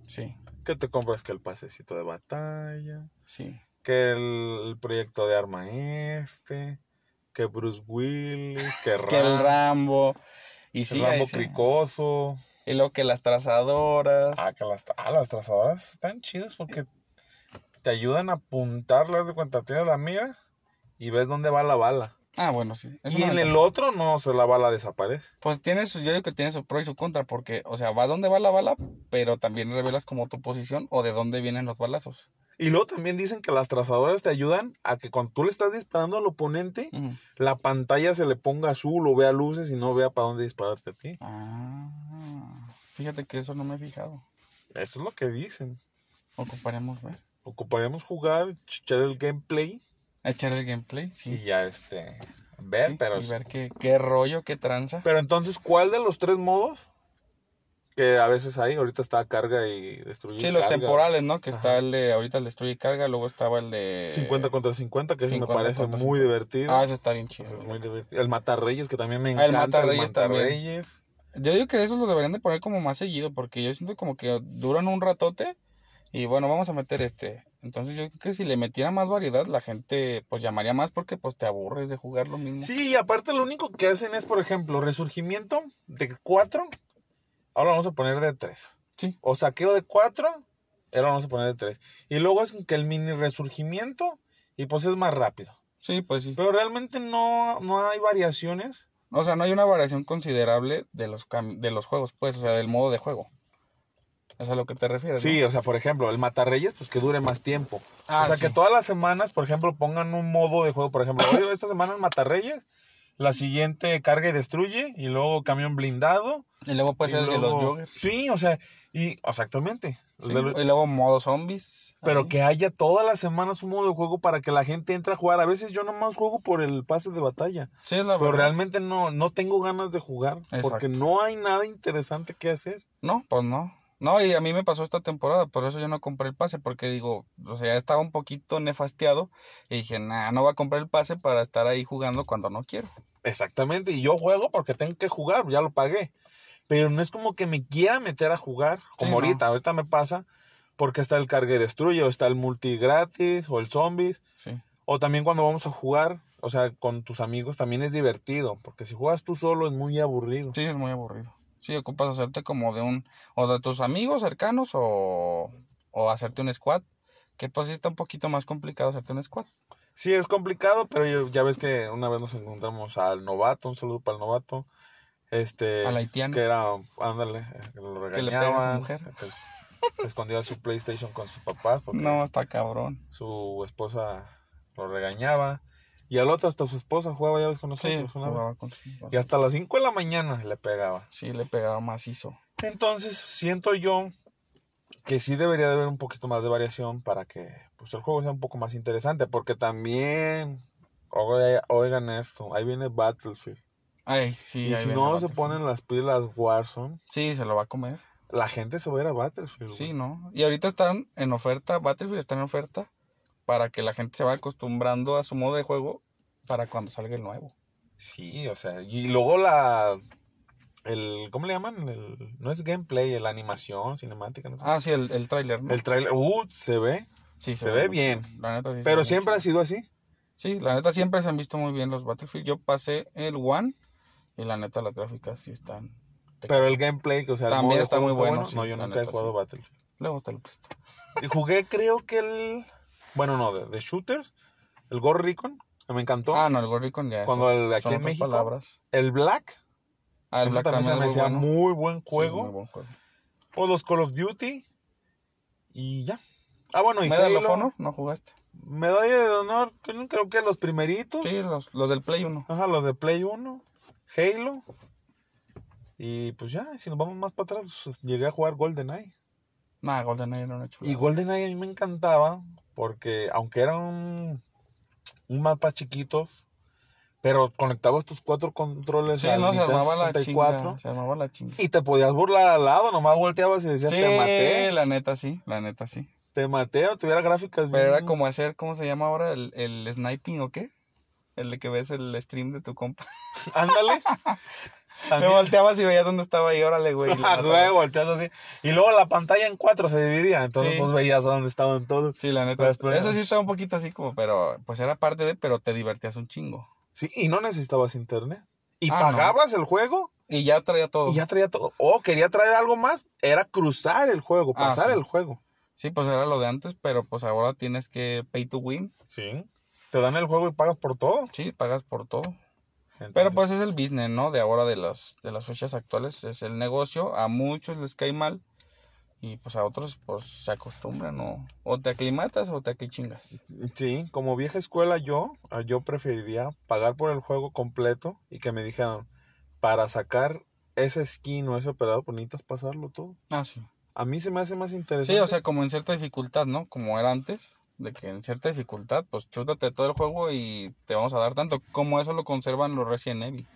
[SPEAKER 1] Sí,
[SPEAKER 2] Que te compras que el pasecito de batalla,
[SPEAKER 1] sí.
[SPEAKER 2] que el proyecto de arma este, que Bruce Willis, que,
[SPEAKER 1] Que el
[SPEAKER 2] Ram-
[SPEAKER 1] Rambo. Y sí,
[SPEAKER 2] el
[SPEAKER 1] ahí
[SPEAKER 2] Rambo
[SPEAKER 1] sí.
[SPEAKER 2] Cricoso.
[SPEAKER 1] Y luego que las trazadoras.
[SPEAKER 2] Ah, que las, ah, las trazadoras están chidas porque te ayudan a apuntarlas de cuenta, tienes la mira y ves dónde va la bala.
[SPEAKER 1] Ah, bueno, sí. es
[SPEAKER 2] y
[SPEAKER 1] una
[SPEAKER 2] en
[SPEAKER 1] ventaja.
[SPEAKER 2] el otro no, se la bala desaparece.
[SPEAKER 1] Pues tiene su, yo digo que tiene su pro y su contra, porque, o sea, vas donde va la bala, pero también revelas como tu posición o de dónde vienen los balazos.
[SPEAKER 2] Y luego también dicen que las trazadoras te ayudan a que cuando tú le estás disparando al oponente,
[SPEAKER 1] Ujú.
[SPEAKER 2] la pantalla se le ponga azul o vea luces y no vea para dónde dispararte a ti.
[SPEAKER 1] Ah, fíjate que eso no me he fijado.
[SPEAKER 2] Eso es lo que dicen.
[SPEAKER 1] Ocuparemos, ver.
[SPEAKER 2] Ocuparíamos jugar, chichar el gameplay
[SPEAKER 1] Echar el gameplay, sí.
[SPEAKER 2] y ya este. Ver,
[SPEAKER 1] sí,
[SPEAKER 2] pero.
[SPEAKER 1] y ver qué, qué rollo, qué tranza.
[SPEAKER 2] Pero entonces, ¿cuál de los tres modos? Que a veces hay, ahorita está carga y destruye.
[SPEAKER 1] Sí,
[SPEAKER 2] y
[SPEAKER 1] los
[SPEAKER 2] carga.
[SPEAKER 1] temporales, ¿no? Que está
[SPEAKER 2] Ajá.
[SPEAKER 1] el de, ahorita el destruye y carga, luego estaba el de...
[SPEAKER 2] 50 Eh, contra 50, que eso me
[SPEAKER 1] 50
[SPEAKER 2] parece
[SPEAKER 1] contra
[SPEAKER 2] muy
[SPEAKER 1] 50.
[SPEAKER 2] divertido.
[SPEAKER 1] Ah, ese está bien chido.
[SPEAKER 2] Eso es muy divertido. El Matarreyes, que también me
[SPEAKER 1] Ah,
[SPEAKER 2] encanta.
[SPEAKER 1] el Matarreyes también.
[SPEAKER 2] Matarreyes.
[SPEAKER 1] Yo digo que eso lo deberían de poner como más seguido, porque yo siento como que duran un ratote y bueno, vamos a meter este. Entonces yo creo que si le metiera más variedad, la gente pues llamaría más porque pues te aburres de jugar lo mismo.
[SPEAKER 2] Sí, y aparte lo único que hacen es, por ejemplo, resurgimiento de 4. Ahora lo vamos a poner de 3.
[SPEAKER 1] Sí.
[SPEAKER 2] O saqueo de 4. Ahora lo vamos a poner de 3. Y luego hacen que el mini resurgimiento. Y pues es más rápido.
[SPEAKER 1] Sí, pues sí.
[SPEAKER 2] Pero realmente no, no hay variaciones.
[SPEAKER 1] O sea, no hay una variación considerable de los cam- de los juegos, pues, o sea, del modo de juego. Es a lo que te refieres,
[SPEAKER 2] Sí,
[SPEAKER 1] Pues ¿no?
[SPEAKER 2] o sea, por ejemplo, el Matarreyes, pues que dure más tiempo.
[SPEAKER 1] Ah,
[SPEAKER 2] o sea,
[SPEAKER 1] sí.
[SPEAKER 2] que todas las semanas, por ejemplo, pongan un modo de juego. Por ejemplo, hoy esta semana es Matarreyes La siguiente carga y destruye. Y luego camión blindado.
[SPEAKER 1] Y luego puede
[SPEAKER 2] y
[SPEAKER 1] ser el de
[SPEAKER 2] luego-
[SPEAKER 1] los joggers.
[SPEAKER 2] Sí, o sea, y exactamente. El
[SPEAKER 1] Sí,
[SPEAKER 2] de los-
[SPEAKER 1] Y luego modo zombies.
[SPEAKER 2] Pero
[SPEAKER 1] ahí.
[SPEAKER 2] que haya todas las semanas un modo de juego para que la gente entre a jugar. A veces yo nomás juego por el pase de batalla.
[SPEAKER 1] Sí, es la
[SPEAKER 2] Pero
[SPEAKER 1] verdad.
[SPEAKER 2] realmente no, no tengo ganas de jugar. Porque
[SPEAKER 1] Exacto.
[SPEAKER 2] no hay nada interesante que hacer.
[SPEAKER 1] No, pues no. No, y a mí me pasó esta temporada, por eso yo no compré el pase, porque digo, o sea, estaba un poquito nefasteado y dije, nah, no voy a comprar el pase para estar ahí jugando cuando no quiero.
[SPEAKER 2] Exactamente. Y yo juego porque tengo que jugar. Ya lo pagué. Pero no es como que me quiera meter a jugar. Como
[SPEAKER 1] no.
[SPEAKER 2] ahorita. Ahorita me pasa. Porque está el cargue destruye. O está el multi gratis. O el zombies.
[SPEAKER 1] Sí,
[SPEAKER 2] O también cuando vamos a jugar, o sea, con tus amigos también es divertido, porque si juegas tú solo es muy aburrido.
[SPEAKER 1] sí, es muy aburrido. Sí, ocupas hacerte como de un, o de tus amigos cercanos o, o hacerte un squad, que pues sí está un poquito más complicado hacerte un squad.
[SPEAKER 2] Sí, es complicado, pero yo- ya ves que una vez nos encontramos al novato, un saludo para el novato. Este,
[SPEAKER 1] Al haitiano.
[SPEAKER 2] que era, ándale, eh, que lo
[SPEAKER 1] Que le pegan a su
[SPEAKER 2] regañaban,
[SPEAKER 1] mujer.
[SPEAKER 2] que se escondía su PlayStation con sus papás porque
[SPEAKER 1] No, está cabrón.
[SPEAKER 2] su esposa lo regañaba. Y al otro hasta su esposa jugaba ya ves con
[SPEAKER 1] Sí,
[SPEAKER 2] nosotros una vez.
[SPEAKER 1] jugaba con su-
[SPEAKER 2] Y hasta las 5 de la mañana le pegaba.
[SPEAKER 1] Sí, le pegaba macizo.
[SPEAKER 2] Entonces, siento yo que sí debería de haber un poquito más de variación para que pues, el juego sea un poco más interesante, porque también, oiga- oigan esto, ahí viene Battlefield.
[SPEAKER 1] Ay, sí,
[SPEAKER 2] Y,
[SPEAKER 1] ahí
[SPEAKER 2] si
[SPEAKER 1] viene
[SPEAKER 2] no se
[SPEAKER 1] Battlefield.
[SPEAKER 2] ponen las pilas Warzone,
[SPEAKER 1] Sí, se lo va a comer.
[SPEAKER 2] la gente se va a ir a Battlefield.
[SPEAKER 1] Sí,
[SPEAKER 2] güey.
[SPEAKER 1] ¿no? Y ahorita están en oferta, Battlefield está en oferta para que la gente se vaya acostumbrando a su modo de juego para cuando salga el nuevo.
[SPEAKER 2] Sí, o sea, y luego la... El, ¿Cómo le llaman? El- no es gameplay, la animación, cinemática, no sé.
[SPEAKER 1] Ah, sí, el, el tráiler, ¿no?
[SPEAKER 2] el trailer, uh, se ve,
[SPEAKER 1] sí,
[SPEAKER 2] se ve
[SPEAKER 1] muy
[SPEAKER 2] bien.
[SPEAKER 1] chido. La neta sí se ve
[SPEAKER 2] pero
[SPEAKER 1] muy
[SPEAKER 2] siempre ha
[SPEAKER 1] chido.
[SPEAKER 2] sido así.
[SPEAKER 1] Sí, la neta siempre se han visto muy bien los Battlefield. Yo pasé el One y la neta las gráficas sí están... te-
[SPEAKER 2] Pero el gameplay, o sea, el
[SPEAKER 1] También
[SPEAKER 2] modo de
[SPEAKER 1] está
[SPEAKER 2] juego
[SPEAKER 1] muy bueno, sí,
[SPEAKER 2] no, yo
[SPEAKER 1] la
[SPEAKER 2] nunca he
[SPEAKER 1] neta,
[SPEAKER 2] jugado
[SPEAKER 1] sí.
[SPEAKER 2] Battlefield.
[SPEAKER 1] Luego te lo presto.
[SPEAKER 2] Y jugué, creo que el. Bueno, no, de, de shooters. El Ghost Recon. que Me encantó.
[SPEAKER 1] Ah, no, el Gorricon ya
[SPEAKER 2] Cuando
[SPEAKER 1] son-
[SPEAKER 2] el de aquí
[SPEAKER 1] son
[SPEAKER 2] en
[SPEAKER 1] otras
[SPEAKER 2] México.
[SPEAKER 1] palabras.
[SPEAKER 2] El Black.
[SPEAKER 1] Ah, el
[SPEAKER 2] ese
[SPEAKER 1] Black
[SPEAKER 2] también se
[SPEAKER 1] también
[SPEAKER 2] me
[SPEAKER 1] es muy
[SPEAKER 2] hacía
[SPEAKER 1] bueno.
[SPEAKER 2] muy buen
[SPEAKER 1] Sí, es
[SPEAKER 2] juego.
[SPEAKER 1] muy buen juego.
[SPEAKER 2] O los Call of Duty. Y ya. Ah, bueno, y
[SPEAKER 1] ¿Medal of
[SPEAKER 2] Halo.
[SPEAKER 1] Honor? ¿No jugaste?
[SPEAKER 2] Medalla de honor. Creo creo que los primeritos.
[SPEAKER 1] Sí, los, los del Play 1.
[SPEAKER 2] Ajá, los de Play 1. Halo. Y pues ya, si nos vamos más para atrás, pues, llegué a jugar GoldenEye.
[SPEAKER 1] Nah, GoldenEye era una chulada.
[SPEAKER 2] Y GoldenEye a mí me encantaba porque aunque era un, un mapa chiquito, pero conectabas tus cuatro controles
[SPEAKER 1] Sí,
[SPEAKER 2] al
[SPEAKER 1] no, se
[SPEAKER 2] Nintendo
[SPEAKER 1] armaba la
[SPEAKER 2] 64
[SPEAKER 1] chinga. Se armaba la chinga.
[SPEAKER 2] y te podías burlar al lado, nomás volteabas y decías, te maté,
[SPEAKER 1] la neta sí, la neta sí.
[SPEAKER 2] te maté o tuviera gráficas
[SPEAKER 1] Pero era
[SPEAKER 2] bien-
[SPEAKER 1] como hacer, ¿cómo se llama ahora? El, el sniping o qué? El de que ves el stream de tu compa.
[SPEAKER 2] Ándale.
[SPEAKER 1] Te
[SPEAKER 2] También-
[SPEAKER 1] volteabas y veías dónde estaba y órale, güey. y le
[SPEAKER 2] Ah,
[SPEAKER 1] vas a
[SPEAKER 2] güey,
[SPEAKER 1] ver.
[SPEAKER 2] volteas así. Y luego la pantalla en cuatro se dividía, entonces
[SPEAKER 1] Sí.
[SPEAKER 2] vos veías a dónde estaban todos.
[SPEAKER 1] Sí, la neta.
[SPEAKER 2] Las playas.
[SPEAKER 1] Eso sí estaba un poquito así como, pero pues era parte de, pero te divertías un chingo.
[SPEAKER 2] Sí, y no necesitabas internet. Y
[SPEAKER 1] Ah, no.
[SPEAKER 2] pagabas el juego
[SPEAKER 1] Y ya traía todo.
[SPEAKER 2] Y ya traía todo. O quería traer algo más. Era cruzar el juego,
[SPEAKER 1] Ah,
[SPEAKER 2] pasar
[SPEAKER 1] sí.
[SPEAKER 2] el juego.
[SPEAKER 1] Sí, pues era lo de antes, pero pues ahora tienes que pay to win.
[SPEAKER 2] Sí. Te dan el juego y pagas por todo.
[SPEAKER 1] Sí, pagas por todo. Pero
[SPEAKER 2] Entonces,
[SPEAKER 1] pues es el business, ¿no? De ahora, de las, de las fechas actuales, es el negocio. A muchos les cae mal y pues a otros pues se acostumbran o, o te aclimatas o te aquí chingas.
[SPEAKER 2] Sí, como vieja escuela yo, ah, yo preferiría pagar por el juego completo y que me dijeran, para sacar ese skin o ese operador, pues necesitas pasarlo todo.
[SPEAKER 1] Ah, sí.
[SPEAKER 2] A mí se me hace más interesante.
[SPEAKER 1] Sí, o sea, como en cierta dificultad, ¿no? Como era antes, de que en cierta dificultad pues chútate todo el juego y te vamos a dar tanto. Como eso lo conservan los Resident Evil.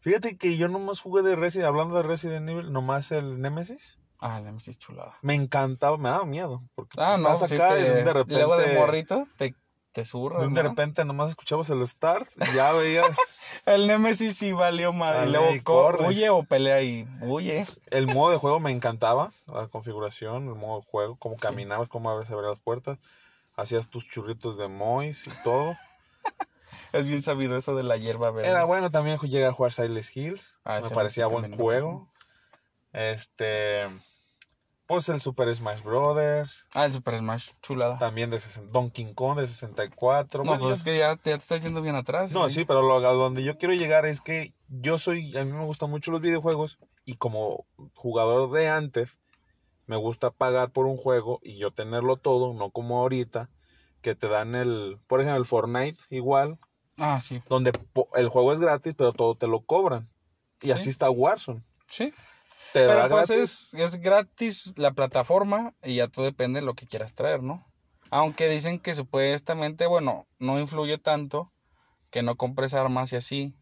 [SPEAKER 2] Fíjate que yo nomás jugué de Resident, hablando de Resident Evil, nomás el Nemesis.
[SPEAKER 1] Ah, la es chulada.
[SPEAKER 2] Me encantaba, me daba miedo. Porque
[SPEAKER 1] Ah, no,
[SPEAKER 2] Pues estás
[SPEAKER 1] sí
[SPEAKER 2] acá y
[SPEAKER 1] te-
[SPEAKER 2] de repente...
[SPEAKER 1] luego de morrito te, te zurras,
[SPEAKER 2] De un de
[SPEAKER 1] Pues, ¿no?
[SPEAKER 2] repente nomás escuchabas el start, ya veías
[SPEAKER 1] El Nemesis sí valió madre.
[SPEAKER 2] Dale,
[SPEAKER 1] Y luego
[SPEAKER 2] y
[SPEAKER 1] co-
[SPEAKER 2] corre.
[SPEAKER 1] huye o pelea y huye.
[SPEAKER 2] el modo de juego me encantaba, la configuración, el modo de juego, cómo caminabas, cómo abres abrías las puertas, hacías tus churritos de Mois y todo.
[SPEAKER 1] Es bien sabido eso de la hierba verde.
[SPEAKER 2] Era bueno también ju- llegué a jugar Silent Hills,
[SPEAKER 1] Ah,
[SPEAKER 2] me
[SPEAKER 1] ese
[SPEAKER 2] parecía
[SPEAKER 1] sí
[SPEAKER 2] buen
[SPEAKER 1] también lo
[SPEAKER 2] juego. Este pues el Super Smash Brothers,
[SPEAKER 1] Ah, el Super Smash, chulada.
[SPEAKER 2] también de 60 Donkey Kong de 64.
[SPEAKER 1] no,
[SPEAKER 2] bueno,
[SPEAKER 1] pues
[SPEAKER 2] yo-
[SPEAKER 1] es que ya, te- ya te estás yendo bien atrás.
[SPEAKER 2] No,
[SPEAKER 1] güey.
[SPEAKER 2] sí, pero lo, a donde yo quiero llegar es que yo soy, a mí me gustan mucho los videojuegos y como jugador de antes, me gusta pagar por un juego y yo tenerlo todo, no como ahorita, que te dan el, por ejemplo, el Fortnite igual,
[SPEAKER 1] Ah, sí.
[SPEAKER 2] donde po- el juego es gratis, pero todo te lo cobran. Y
[SPEAKER 1] Sí.
[SPEAKER 2] así está Warzone.
[SPEAKER 1] Sí.
[SPEAKER 2] Te da
[SPEAKER 1] Pero pues es,
[SPEAKER 2] gratis.
[SPEAKER 1] es gratis la plataforma y ya todo depende de lo que quieras traer, ¿no? Aunque dicen que supuestamente, bueno, no influye tanto que no compres armas y así.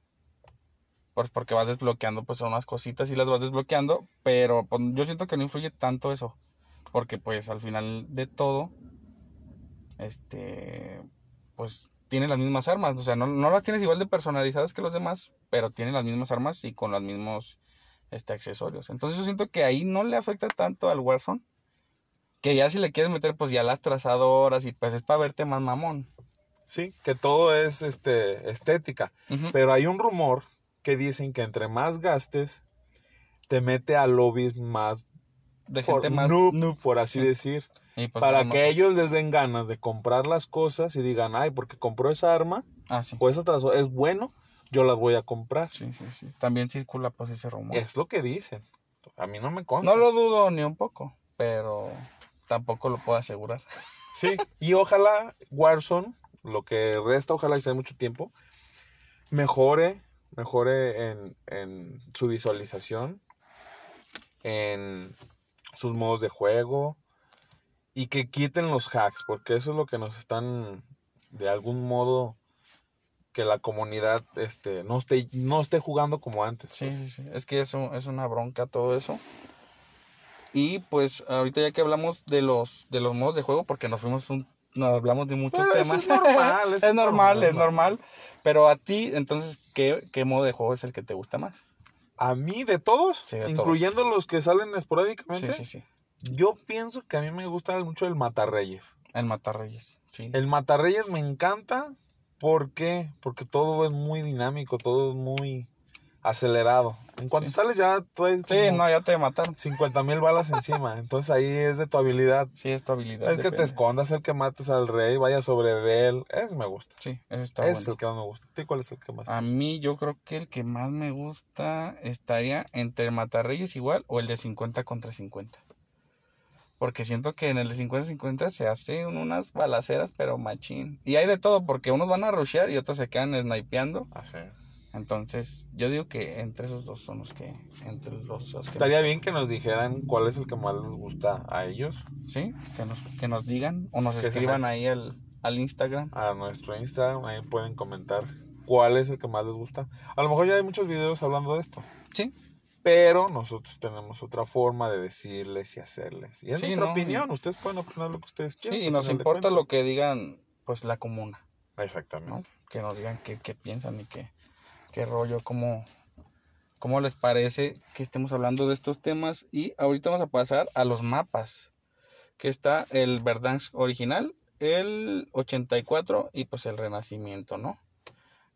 [SPEAKER 1] Pues porque vas desbloqueando pues unas cositas y las vas desbloqueando, pero pues, yo siento que no influye tanto eso. Porque pues al final de todo, este, pues tienen las mismas armas. O sea, no, no las tienes igual de personalizadas que los demás, pero tienen las mismas armas y con los mismos este, accesorios. Entonces yo siento que ahí no le afecta tanto al Warzone. Que ya si le quieres meter, pues ya las trazadoras y pues es para verte más mamón.
[SPEAKER 2] Sí, que todo es este, estética.
[SPEAKER 1] Ujú.
[SPEAKER 2] Pero hay un rumor que dicen que entre más gastes, te mete a lobbies más,
[SPEAKER 1] De
[SPEAKER 2] por,
[SPEAKER 1] gente más
[SPEAKER 2] noob,
[SPEAKER 1] noob.
[SPEAKER 2] por así
[SPEAKER 1] Sí.
[SPEAKER 2] decir.
[SPEAKER 1] Y, pues,
[SPEAKER 2] para
[SPEAKER 1] no
[SPEAKER 2] que
[SPEAKER 1] más-
[SPEAKER 2] ellos les den ganas de comprar las cosas y digan, ay, porque compró esa arma
[SPEAKER 1] Ah, sí.
[SPEAKER 2] o esa trazadora es bueno, yo las voy a comprar.
[SPEAKER 1] Sí, sí, sí. También circula pues ese rumor.
[SPEAKER 2] Es lo que dicen. A mí no me consta.
[SPEAKER 1] No lo dudo ni un poco, pero tampoco lo puedo asegurar.
[SPEAKER 2] Sí, y ojalá Warzone, lo que resta, ojalá y sea mucho tiempo, mejore, mejore en, en su visualización, en sus modos de juego, y que quiten los hacks, porque eso es lo que nos están, de algún modo, que la comunidad este, no, esté, no esté jugando como antes.
[SPEAKER 1] Sí, sí, sí. Es que eso es una bronca todo eso. Y pues ahorita ya que hablamos de los de los modos de juego, porque nos fuimos un, nos hablamos de muchos
[SPEAKER 2] Pero Pues,
[SPEAKER 1] temas.
[SPEAKER 2] eso es normal, eso
[SPEAKER 1] es normal, es normal. Pero a ti, entonces, ¿qué, ¿qué modo de juego es el que te gusta más?
[SPEAKER 2] A mí, de todos,
[SPEAKER 1] Sí, de todos.
[SPEAKER 2] incluyendo los que salen
[SPEAKER 1] Sí,
[SPEAKER 2] esporádicamente,
[SPEAKER 1] sí, sí.
[SPEAKER 2] Yo pienso que a mí me gusta mucho el Matarreyes.
[SPEAKER 1] El Matarreyes. Sí.
[SPEAKER 2] El Matarreyes me encanta. ¿Por qué? Porque todo es muy dinámico, todo es muy acelerado. En cuanto
[SPEAKER 1] Sí.
[SPEAKER 2] sales ya traes
[SPEAKER 1] Sí, no, ya te mataron.
[SPEAKER 2] 50 mil balas encima. Entonces ahí es de tu habilidad.
[SPEAKER 1] Sí, es tu habilidad.
[SPEAKER 2] Es que te
[SPEAKER 1] depende.
[SPEAKER 2] escondas, el que mates al rey, vaya sobre él. Ese me gusta.
[SPEAKER 1] Sí, eso está
[SPEAKER 2] Ese
[SPEAKER 1] bueno.
[SPEAKER 2] es el que más me gusta. ¿A ti cuál es el que más? te
[SPEAKER 1] A
[SPEAKER 2] gusta?
[SPEAKER 1] mí yo creo que el que más me gusta estaría entre el Matarreyes igual o el de 50 contra 50. Porque siento que en el de 50-50 se hacen unas balaceras, pero machín. Y hay de todo, porque unos van a rushear y otros se quedan snipeando.
[SPEAKER 2] Ah, sí.
[SPEAKER 1] Entonces, yo digo que entre esos dos son los que... Entre los dos son los que-
[SPEAKER 2] Estaría bien que nos dijeran cuál es el que más les gusta a ellos.
[SPEAKER 1] Sí, que nos, que nos digan o nos
[SPEAKER 2] Que se
[SPEAKER 1] escriban
[SPEAKER 2] met-
[SPEAKER 1] ahí al, al Instagram.
[SPEAKER 2] a nuestro Instagram, ahí pueden comentar cuál es el que más les gusta. A lo mejor ya hay muchos videos hablando de esto,
[SPEAKER 1] Sí,
[SPEAKER 2] pero nosotros tenemos otra forma de decirles y hacerles. Y es
[SPEAKER 1] Sí,
[SPEAKER 2] nuestra
[SPEAKER 1] no,
[SPEAKER 2] opinión, ustedes pueden opinar lo que ustedes
[SPEAKER 1] sí,
[SPEAKER 2] quieran.
[SPEAKER 1] y nos importa lo que digan, pues, la comuna.
[SPEAKER 2] que...
[SPEAKER 1] ¿no?
[SPEAKER 2] Exactamente.
[SPEAKER 1] Que nos digan qué, qué piensan y qué, qué rollo, cómo, cómo les parece que estemos hablando de estos temas. Y ahorita vamos a pasar a los mapas, que está el Verdansk original, el 84 y pues el Renacimiento, ¿no?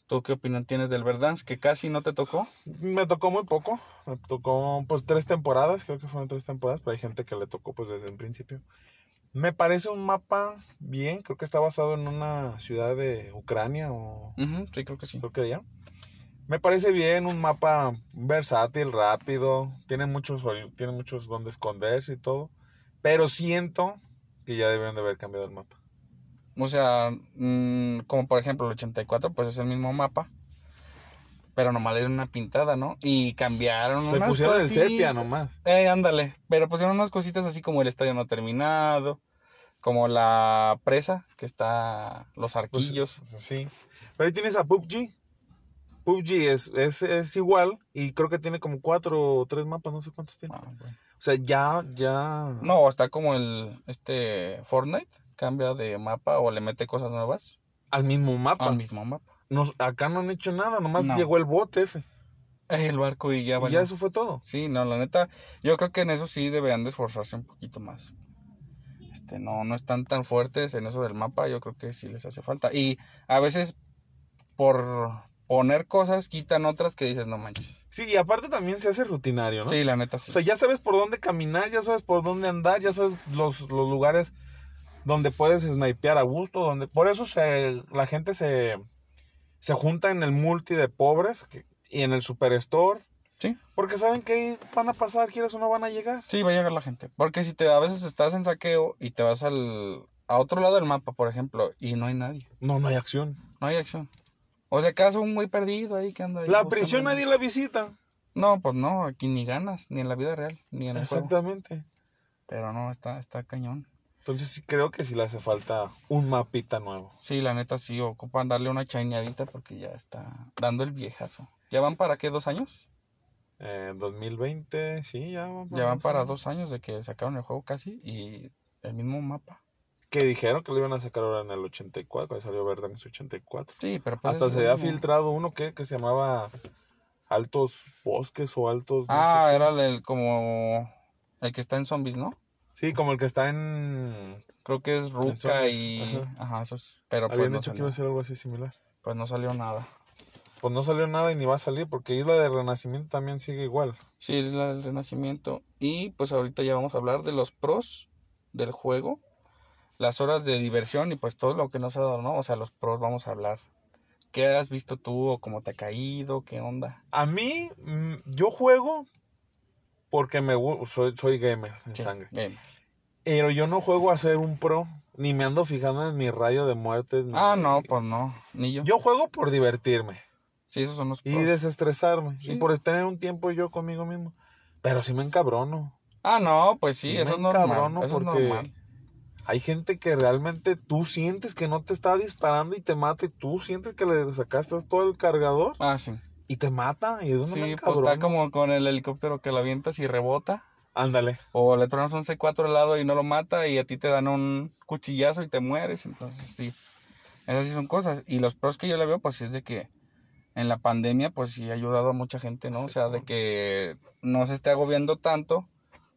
[SPEAKER 1] ¿Tú qué opinión tienes del Verdansk que casi no te tocó?
[SPEAKER 2] Me tocó muy poco, me tocó pues tres temporadas, creo que fueron tres temporadas, pero hay gente que le tocó pues desde el principio. Me parece un mapa bien, creo que está basado en una ciudad de Ucrania o
[SPEAKER 1] Ujú, sí, creo que sí.
[SPEAKER 2] creo que ya. Me parece bien, un mapa versátil, rápido, tiene muchos, ori- tiene muchos donde esconderse y todo, pero siento que ya debieron de haber cambiado el mapa.
[SPEAKER 1] O sea, mm, como por ejemplo el 84, pues es el mismo mapa. Pero nomás le dieron una pintada, ¿no? Y cambiaron
[SPEAKER 2] Le
[SPEAKER 1] unas
[SPEAKER 2] pusieron el sepia
[SPEAKER 1] cositas.
[SPEAKER 2] nomás.
[SPEAKER 1] Eh, ándale, pero pusieron unas cositas así como el estadio no terminado, como la presa que está los
[SPEAKER 2] Pues,
[SPEAKER 1] arquillos.
[SPEAKER 2] pues, sí. Pero ahí tienes a PUBG. PUBG es, es, es igual y creo que tiene como cuatro o tres mapas, no sé cuántos tiene.
[SPEAKER 1] Ah, bueno.
[SPEAKER 2] O sea, ya, ya...
[SPEAKER 1] No, está como el este Fortnite, cambia de mapa o le mete cosas nuevas
[SPEAKER 2] Al mismo mapa.
[SPEAKER 1] al mismo mapa.
[SPEAKER 2] Nos- acá no han hecho nada, nomás
[SPEAKER 1] No.
[SPEAKER 2] llegó el bote ese.
[SPEAKER 1] Eh, El barco y ya
[SPEAKER 2] y
[SPEAKER 1] valió.
[SPEAKER 2] ya eso fue todo.
[SPEAKER 1] Sí, no, la neta, yo creo que en eso sí deberían de esforzarse un poquito más. Este, no, no están tan fuertes en eso del mapa, yo creo que sí les hace falta. Y a veces por poner cosas quitan otras que dices, no manches.
[SPEAKER 2] Sí, y aparte también se hace rutinario, ¿no?
[SPEAKER 1] Sí, la neta sí.
[SPEAKER 2] O sea, ya sabes por dónde caminar, ya sabes por dónde andar, ya sabes los, los lugares donde puedes snipear a gusto, donde por eso se, la gente se, se junta en el multi de pobres que- y en el superstore,
[SPEAKER 1] Sí,
[SPEAKER 2] porque saben que ahí van a pasar, quieres o no van a llegar.
[SPEAKER 1] sí, va a llegar la gente. Porque si te, a veces estás en saqueo y te vas al, a otro lado del mapa, por ejemplo, y no hay nadie,
[SPEAKER 2] No, no hay acción.
[SPEAKER 1] no hay acción. O sea, acaso un güey perdido ahí que anda. ahí
[SPEAKER 2] La
[SPEAKER 1] buscando-
[SPEAKER 2] prisión nadie la visita.
[SPEAKER 1] No, pues no, aquí ni ganas, ni en la vida real, ni en el juego.
[SPEAKER 2] Exactamente.
[SPEAKER 1] Pero no, está, está cañón.
[SPEAKER 2] Entonces sí creo que sí le hace falta un mapita nuevo.
[SPEAKER 1] Sí, la neta sí, ocupan darle una chaineadita porque ya está dando el viejazo. ¿Ya van para qué? ¿Dos años?
[SPEAKER 2] Eh, 2020, sí, ya van
[SPEAKER 1] Ya van para
[SPEAKER 2] avanzando.
[SPEAKER 1] dos años de que sacaron el juego casi y el mismo mapa.
[SPEAKER 2] Que dijeron que lo iban a sacar ahora en el 84, cuando salió Verde en el 84.
[SPEAKER 1] Sí, pero pues
[SPEAKER 2] Hasta
[SPEAKER 1] es
[SPEAKER 2] se
[SPEAKER 1] lo
[SPEAKER 2] había
[SPEAKER 1] mismo.
[SPEAKER 2] filtrado uno que, que se llamaba Altos Bosques o Altos... no
[SPEAKER 1] Ah,
[SPEAKER 2] sé qué.
[SPEAKER 1] era del como el que está en zombies, ¿no?
[SPEAKER 2] Sí, como el que está en...
[SPEAKER 1] Creo que es Ruka
[SPEAKER 2] zombies,
[SPEAKER 1] y
[SPEAKER 2] ajá.
[SPEAKER 1] ajá, esos, pero pues
[SPEAKER 2] Habían
[SPEAKER 1] no,
[SPEAKER 2] dicho que
[SPEAKER 1] salió,
[SPEAKER 2] iba a ser algo así similar.
[SPEAKER 1] pues no salió nada.
[SPEAKER 2] Pues no salió nada y ni va a salir porque Isla de Renacimiento también sigue igual.
[SPEAKER 1] Sí, es la del Renacimiento y pues ahorita ya vamos a hablar de los pros del juego, las horas de diversión y pues todo lo que nos ha dado, ¿no? O sea, los pros vamos a hablar. ¿Qué has visto tú o cómo te ha caído? ¿Qué onda?
[SPEAKER 2] A mí, mm, yo juego porque me gu- soy, soy gamer en
[SPEAKER 1] Sí,
[SPEAKER 2] sangre.
[SPEAKER 1] bien.
[SPEAKER 2] Pero yo no juego a ser un pro, ni me ando fijando en mi radio de muertes. ni-
[SPEAKER 1] Ah, no, pues no, ni yo.
[SPEAKER 2] Yo juego por divertirme
[SPEAKER 1] Sí, esos son los
[SPEAKER 2] y
[SPEAKER 1] pros.
[SPEAKER 2] desestresarme
[SPEAKER 1] Oh. Sí.
[SPEAKER 2] y por tener un tiempo yo conmigo mismo. Pero sí me encabrono.
[SPEAKER 1] Ah, no, pues sí,
[SPEAKER 2] Sí,
[SPEAKER 1] eso
[SPEAKER 2] me
[SPEAKER 1] es normal.
[SPEAKER 2] encabrono
[SPEAKER 1] Eso es
[SPEAKER 2] porque-
[SPEAKER 1] normal.
[SPEAKER 2] Hay gente que realmente tú sientes que no te está disparando y te mata y tú sientes que le sacaste todo el cargador
[SPEAKER 1] Ah, sí.
[SPEAKER 2] y te mata y es donde me
[SPEAKER 1] Sí, pues
[SPEAKER 2] encabrono.
[SPEAKER 1] está como con el helicóptero que lo avientas y rebota.
[SPEAKER 2] Ándale.
[SPEAKER 1] O le tronas un C4 al lado y no lo mata y a ti te dan un cuchillazo y te mueres. Entonces, sí. Esas sí son cosas. Y los pros que yo le veo, pues sí es de que en la pandemia, pues sí ha ayudado a mucha gente, ¿no? O
[SPEAKER 2] Sí,
[SPEAKER 1] sea, de
[SPEAKER 2] claro.
[SPEAKER 1] que no se esté agobiando tanto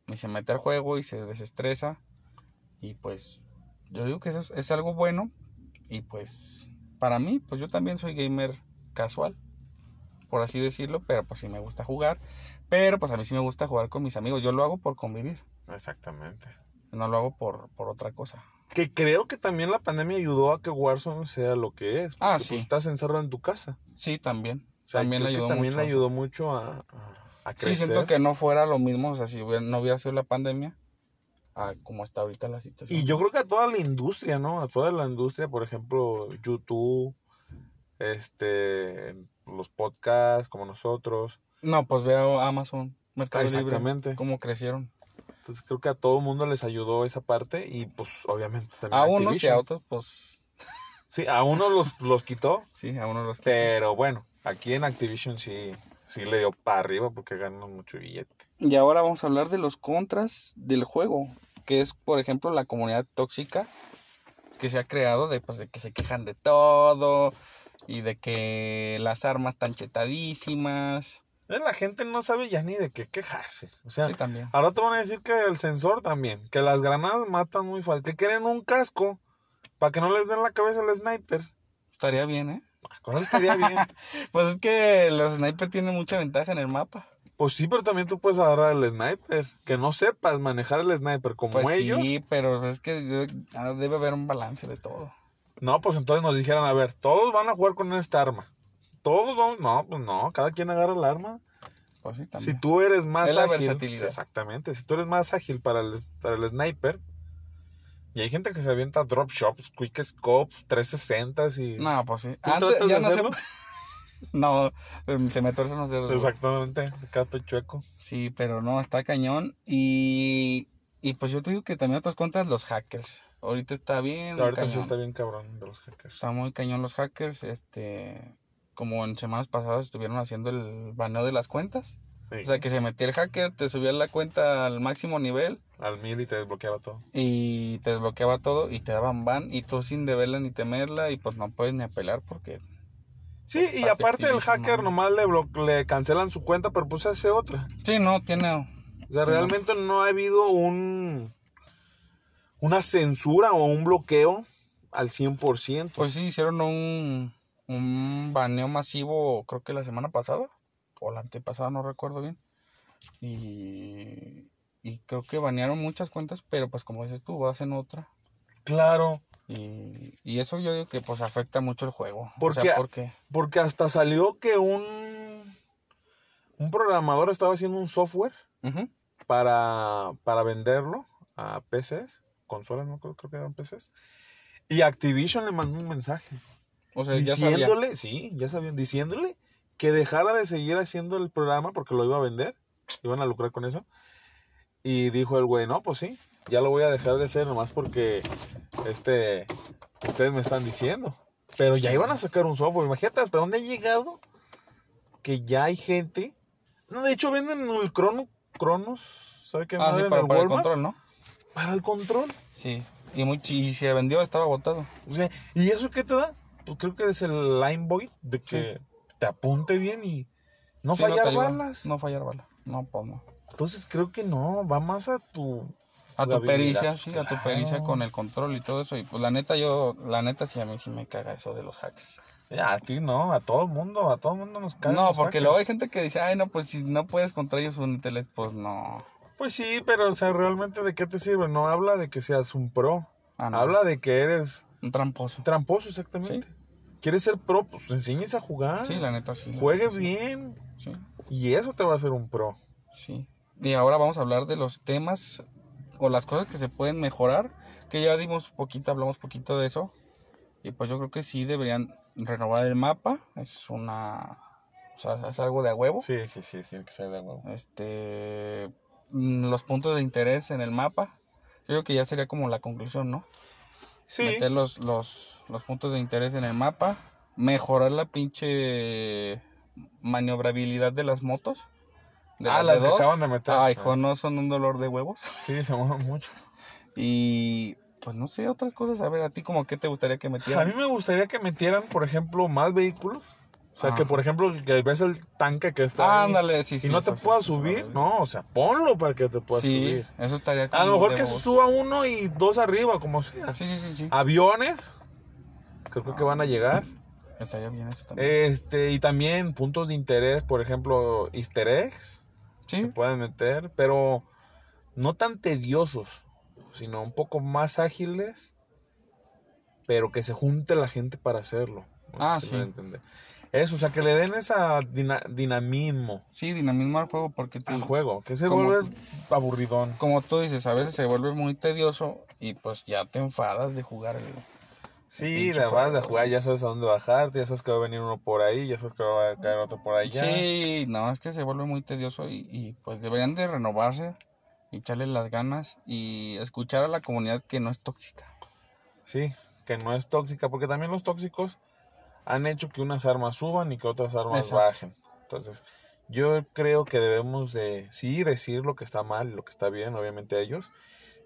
[SPEAKER 1] y se mete al juego y se desestresa. Y pues yo digo que eso es, es algo bueno. Y pues para mí, pues yo también soy gamer casual, por así decirlo, pero pues sí me gusta jugar. Pero pues a mí sí me gusta jugar con mis amigos. Yo lo hago por convivir.
[SPEAKER 2] Exactamente.
[SPEAKER 1] No lo hago por, por otra cosa.
[SPEAKER 2] Que creo que también la pandemia ayudó a que Warzone sea lo que es.
[SPEAKER 1] Ah,
[SPEAKER 2] porque,
[SPEAKER 1] sí.
[SPEAKER 2] pues, estás encerrado en tu casa.
[SPEAKER 1] Sí, también.
[SPEAKER 2] O sea,
[SPEAKER 1] también le
[SPEAKER 2] creo que
[SPEAKER 1] ayudó
[SPEAKER 2] también
[SPEAKER 1] mucho.
[SPEAKER 2] le
[SPEAKER 1] eso.
[SPEAKER 2] ayudó mucho a, a- a
[SPEAKER 1] Sí,
[SPEAKER 2] crecer.
[SPEAKER 1] siento que no fuera lo mismo, o sea, si hubiera- no hubiera sido la pandemia, a como está ahorita la situación.
[SPEAKER 2] Y yo creo que a toda la industria, ¿no? A toda la industria, por ejemplo, YouTube, este, los podcasts como nosotros.
[SPEAKER 1] No, pues veo Amazon, Mercado
[SPEAKER 2] Ah,
[SPEAKER 1] Libre,
[SPEAKER 2] exactamente.
[SPEAKER 1] cómo crecieron.
[SPEAKER 2] Entonces creo que a todo el mundo les ayudó esa parte y pues obviamente también
[SPEAKER 1] A unos y
[SPEAKER 2] Activision.
[SPEAKER 1] a otros, pues
[SPEAKER 2] Sí, a unos los, los quitó,
[SPEAKER 1] sí, a unos los que...
[SPEAKER 2] pero bueno, aquí en Activision sí, sí le dio para arriba porque ganan mucho billete.
[SPEAKER 1] Y ahora vamos a hablar de los contras del juego, que es, por ejemplo, la comunidad tóxica que se ha creado de, pues, de que se quejan de todo y de que las armas están chetadísimas.
[SPEAKER 2] Eh, La gente no sabe ya ni de qué quejarse. O sea,
[SPEAKER 1] Sí, también.
[SPEAKER 2] ahora te van a decir que el sensor también, que las granadas matan muy fácil, que quieren un casco para que no les den la cabeza al sniper. Ah,
[SPEAKER 1] Estaría bien, ¿eh?
[SPEAKER 2] Con eso estaría bien.
[SPEAKER 1] Pues es que los sniper tienen mucha ventaja en el mapa.
[SPEAKER 2] Pues sí, pero también tú puedes agarrar el sniper. Que no sepas manejar el sniper como
[SPEAKER 1] Pues
[SPEAKER 2] ellos.
[SPEAKER 1] sí, pero es que de- ah, debe haber un balance de todo.
[SPEAKER 2] No, pues entonces nos dijeran, a ver, todos van a jugar con esta arma. Todos vamos, no, pues no, cada quien agarra el arma.
[SPEAKER 1] Pues sí,
[SPEAKER 2] Si
[SPEAKER 1] también.
[SPEAKER 2] tú eres más
[SPEAKER 1] Es la
[SPEAKER 2] ágil,
[SPEAKER 1] versatilidad.
[SPEAKER 2] exactamente, si tú eres más ágil para el, para el sniper, y hay gente que se avienta drop shops, quick scopes, 360s y...
[SPEAKER 1] No, pues sí.
[SPEAKER 2] ¿Tú tratas de
[SPEAKER 1] no
[SPEAKER 2] hacerlo?
[SPEAKER 1] No, eh, se me torcen los dedos. güey.
[SPEAKER 2] Exactamente, cato chueco.
[SPEAKER 1] Sí, pero no, está cañón. Y, y pues yo te digo que también otras contras, los hackers. Ahorita está bien.
[SPEAKER 2] Ahorita sí
[SPEAKER 1] cañón.
[SPEAKER 2] está bien cabrón de los hackers.
[SPEAKER 1] Está muy cañón los hackers. Este, como en semanas pasadas estuvieron haciendo el baneo de las cuentas. O sea, que se metía el hacker, te subía la cuenta al máximo nivel.
[SPEAKER 2] Al mil y te desbloqueaba todo.
[SPEAKER 1] y te desbloqueaba todo y te daban ban y tú sin deberla ni temerla y pues no puedes ni apelar porque
[SPEAKER 2] Sí, y
[SPEAKER 1] Parte
[SPEAKER 2] aparte el
[SPEAKER 1] activista,
[SPEAKER 2] hacker
[SPEAKER 1] mano.
[SPEAKER 2] nomás le, blo- le cancelan su cuenta, pero pues hace otra.
[SPEAKER 1] sí no tiene
[SPEAKER 2] O sea, realmente no ha habido un una censura o un bloqueo al 100%.
[SPEAKER 1] pues sí hicieron un un baneo masivo creo que la semana pasada o la antepasada no recuerdo bien y y creo que banearon muchas cuentas pero pues como dices tú hacen otra
[SPEAKER 2] claro,
[SPEAKER 1] y, y eso yo digo que pues afecta mucho el juego
[SPEAKER 2] ¿Por
[SPEAKER 1] o
[SPEAKER 2] qué?
[SPEAKER 1] sea, porque
[SPEAKER 2] porque hasta salió que un un programador estaba haciendo un software
[SPEAKER 1] Ujú.
[SPEAKER 2] para, para venderlo a PCs, consolas, no creo, creo que eran PCs. Y Activision le mandó un mensaje.
[SPEAKER 1] O sea, ya sabía.
[SPEAKER 2] diciéndole, sí, ya sabían, diciéndole que dejara de seguir haciendo el programa porque lo iba a vender, iban a lucrar con eso. Y dijo el güey, no, pues sí, ya lo voy a dejar de hacer nomás porque este ustedes me están diciendo. Pero ya iban a sacar un software, imagínate hasta dónde ha llegado que ya hay gente. No, de hecho venden el Crono, Cronos, ¿sabe qué
[SPEAKER 1] Ah, sí,
[SPEAKER 2] madre? en
[SPEAKER 1] para,
[SPEAKER 2] el
[SPEAKER 1] para el
[SPEAKER 2] Walmart,
[SPEAKER 1] control, ¿no?
[SPEAKER 2] Para el control.
[SPEAKER 1] Sí. Y, muy, y se vendió, estaba agotado.
[SPEAKER 2] O sea, ¿y eso qué te da? Pues creo que es el line boy de que te apunte bien y no
[SPEAKER 1] Sí,
[SPEAKER 2] fallar
[SPEAKER 1] te ayuda.
[SPEAKER 2] balas.
[SPEAKER 1] No fallar balas. No, pues no.
[SPEAKER 2] Entonces creo que no, va más a tu
[SPEAKER 1] A tu
[SPEAKER 2] La habilidad,
[SPEAKER 1] pericia, sí, a tu pericia
[SPEAKER 2] claro.
[SPEAKER 1] con el control y todo eso. Y pues la neta, yo, la neta, sí, a mí sí me caga eso de los hackers.
[SPEAKER 2] a ti eh, no, a todo el mundo, a todo el mundo nos cae.
[SPEAKER 1] no, porque luego hay gente que dice, ay, no, pues si no puedes contra ellos, úneteles, pues no.
[SPEAKER 2] Pues sí, pero o sea, realmente de qué te sirve? No habla de que seas un pro.
[SPEAKER 1] Ah, no.
[SPEAKER 2] Habla de que eres
[SPEAKER 1] Un tramposo.
[SPEAKER 2] tramposo exactamente. ¿Quieres ser pro? Pues enseñes a jugar.
[SPEAKER 1] Sí, la neta, sí.
[SPEAKER 2] Juegues bien
[SPEAKER 1] Sí,
[SPEAKER 2] y eso te va a hacer un pro.
[SPEAKER 1] sí. Y ahora vamos a hablar de los temas o las cosas que se pueden mejorar, que ya dimos poquito, hablamos poquito de eso. Y pues yo creo que sí deberían renovar el mapa. Es una... O sea, es algo de a huevo.
[SPEAKER 2] Sí, sí, sí, tiene que ser de huevo.
[SPEAKER 1] este mm, los puntos de interés en el mapa yo creo que ya sería como la conclusión no
[SPEAKER 2] Sí.
[SPEAKER 1] meter los, los los puntos de interés en el mapa mejorar la pinche maniobrabilidad de las motos de
[SPEAKER 2] Ah, las
[SPEAKER 1] de
[SPEAKER 2] que acaban de meter.
[SPEAKER 1] ay jo, no son un dolor de huevos
[SPEAKER 2] Sí, se mueve mucho.
[SPEAKER 1] y pues no sé otras cosas a ver a ti como qué te gustaría que
[SPEAKER 2] A mí
[SPEAKER 1] metieran
[SPEAKER 2] me gustaría que metieran, por ejemplo, más vehículos. O sea,
[SPEAKER 1] Ah.
[SPEAKER 2] que por ejemplo, que ves el tanque que está
[SPEAKER 1] Ah,
[SPEAKER 2] ahí
[SPEAKER 1] ándale sí
[SPEAKER 2] y
[SPEAKER 1] sí,
[SPEAKER 2] no
[SPEAKER 1] eso
[SPEAKER 2] te
[SPEAKER 1] sí,
[SPEAKER 2] puedas
[SPEAKER 1] eso
[SPEAKER 2] subir.
[SPEAKER 1] sí.
[SPEAKER 2] No, o sea, ponlo para que te puedas
[SPEAKER 1] sí
[SPEAKER 2] subir.
[SPEAKER 1] eso estaría
[SPEAKER 2] A
[SPEAKER 1] como
[SPEAKER 2] lo mejor
[SPEAKER 1] de
[SPEAKER 2] que Ah. se
[SPEAKER 1] huevos.
[SPEAKER 2] suba uno y dos arriba, como sea.
[SPEAKER 1] sí Ah. sí sí sí
[SPEAKER 2] Aviones, creo que van a llegar.
[SPEAKER 1] estaría bien eso también
[SPEAKER 2] Este, y también puntos de interés, por ejemplo, easter eggs,
[SPEAKER 1] sí
[SPEAKER 2] que pueden meter, pero no tan tediosos, sino un poco más ágiles, pero que se junte la gente para hacerlo. No sé
[SPEAKER 1] Ah,
[SPEAKER 2] si
[SPEAKER 1] sí.
[SPEAKER 2] me voy a entender. Eso, o sea, que le den esa dina- dinamismo
[SPEAKER 1] Sí, dinamismo al juego porque te-
[SPEAKER 2] al juego, que se
[SPEAKER 1] Como-
[SPEAKER 2] vuelve aburridón.
[SPEAKER 1] como tú dices, a veces se vuelve muy tedioso y pues ya te enfadas de jugar. el-
[SPEAKER 2] Sí,
[SPEAKER 1] pinche
[SPEAKER 2] la vas a
[SPEAKER 1] juego.
[SPEAKER 2] jugar, ya sabes a dónde bajarte, ya sabes que va a venir uno por ahí, ya sabes que va a caer otro por allá.
[SPEAKER 1] Sí, no, es que se vuelve muy tedioso y, y, pues deberían de renovarse, y echarle las ganas y escuchar a la comunidad que no es tóxica.
[SPEAKER 2] Sí, que no es tóxica, porque también los tóxicos han hecho que unas armas suban y que otras armas
[SPEAKER 1] Exacto.
[SPEAKER 2] bajen. Entonces, yo creo que debemos de, sí, decir lo que está mal y lo que está bien, obviamente a ellos,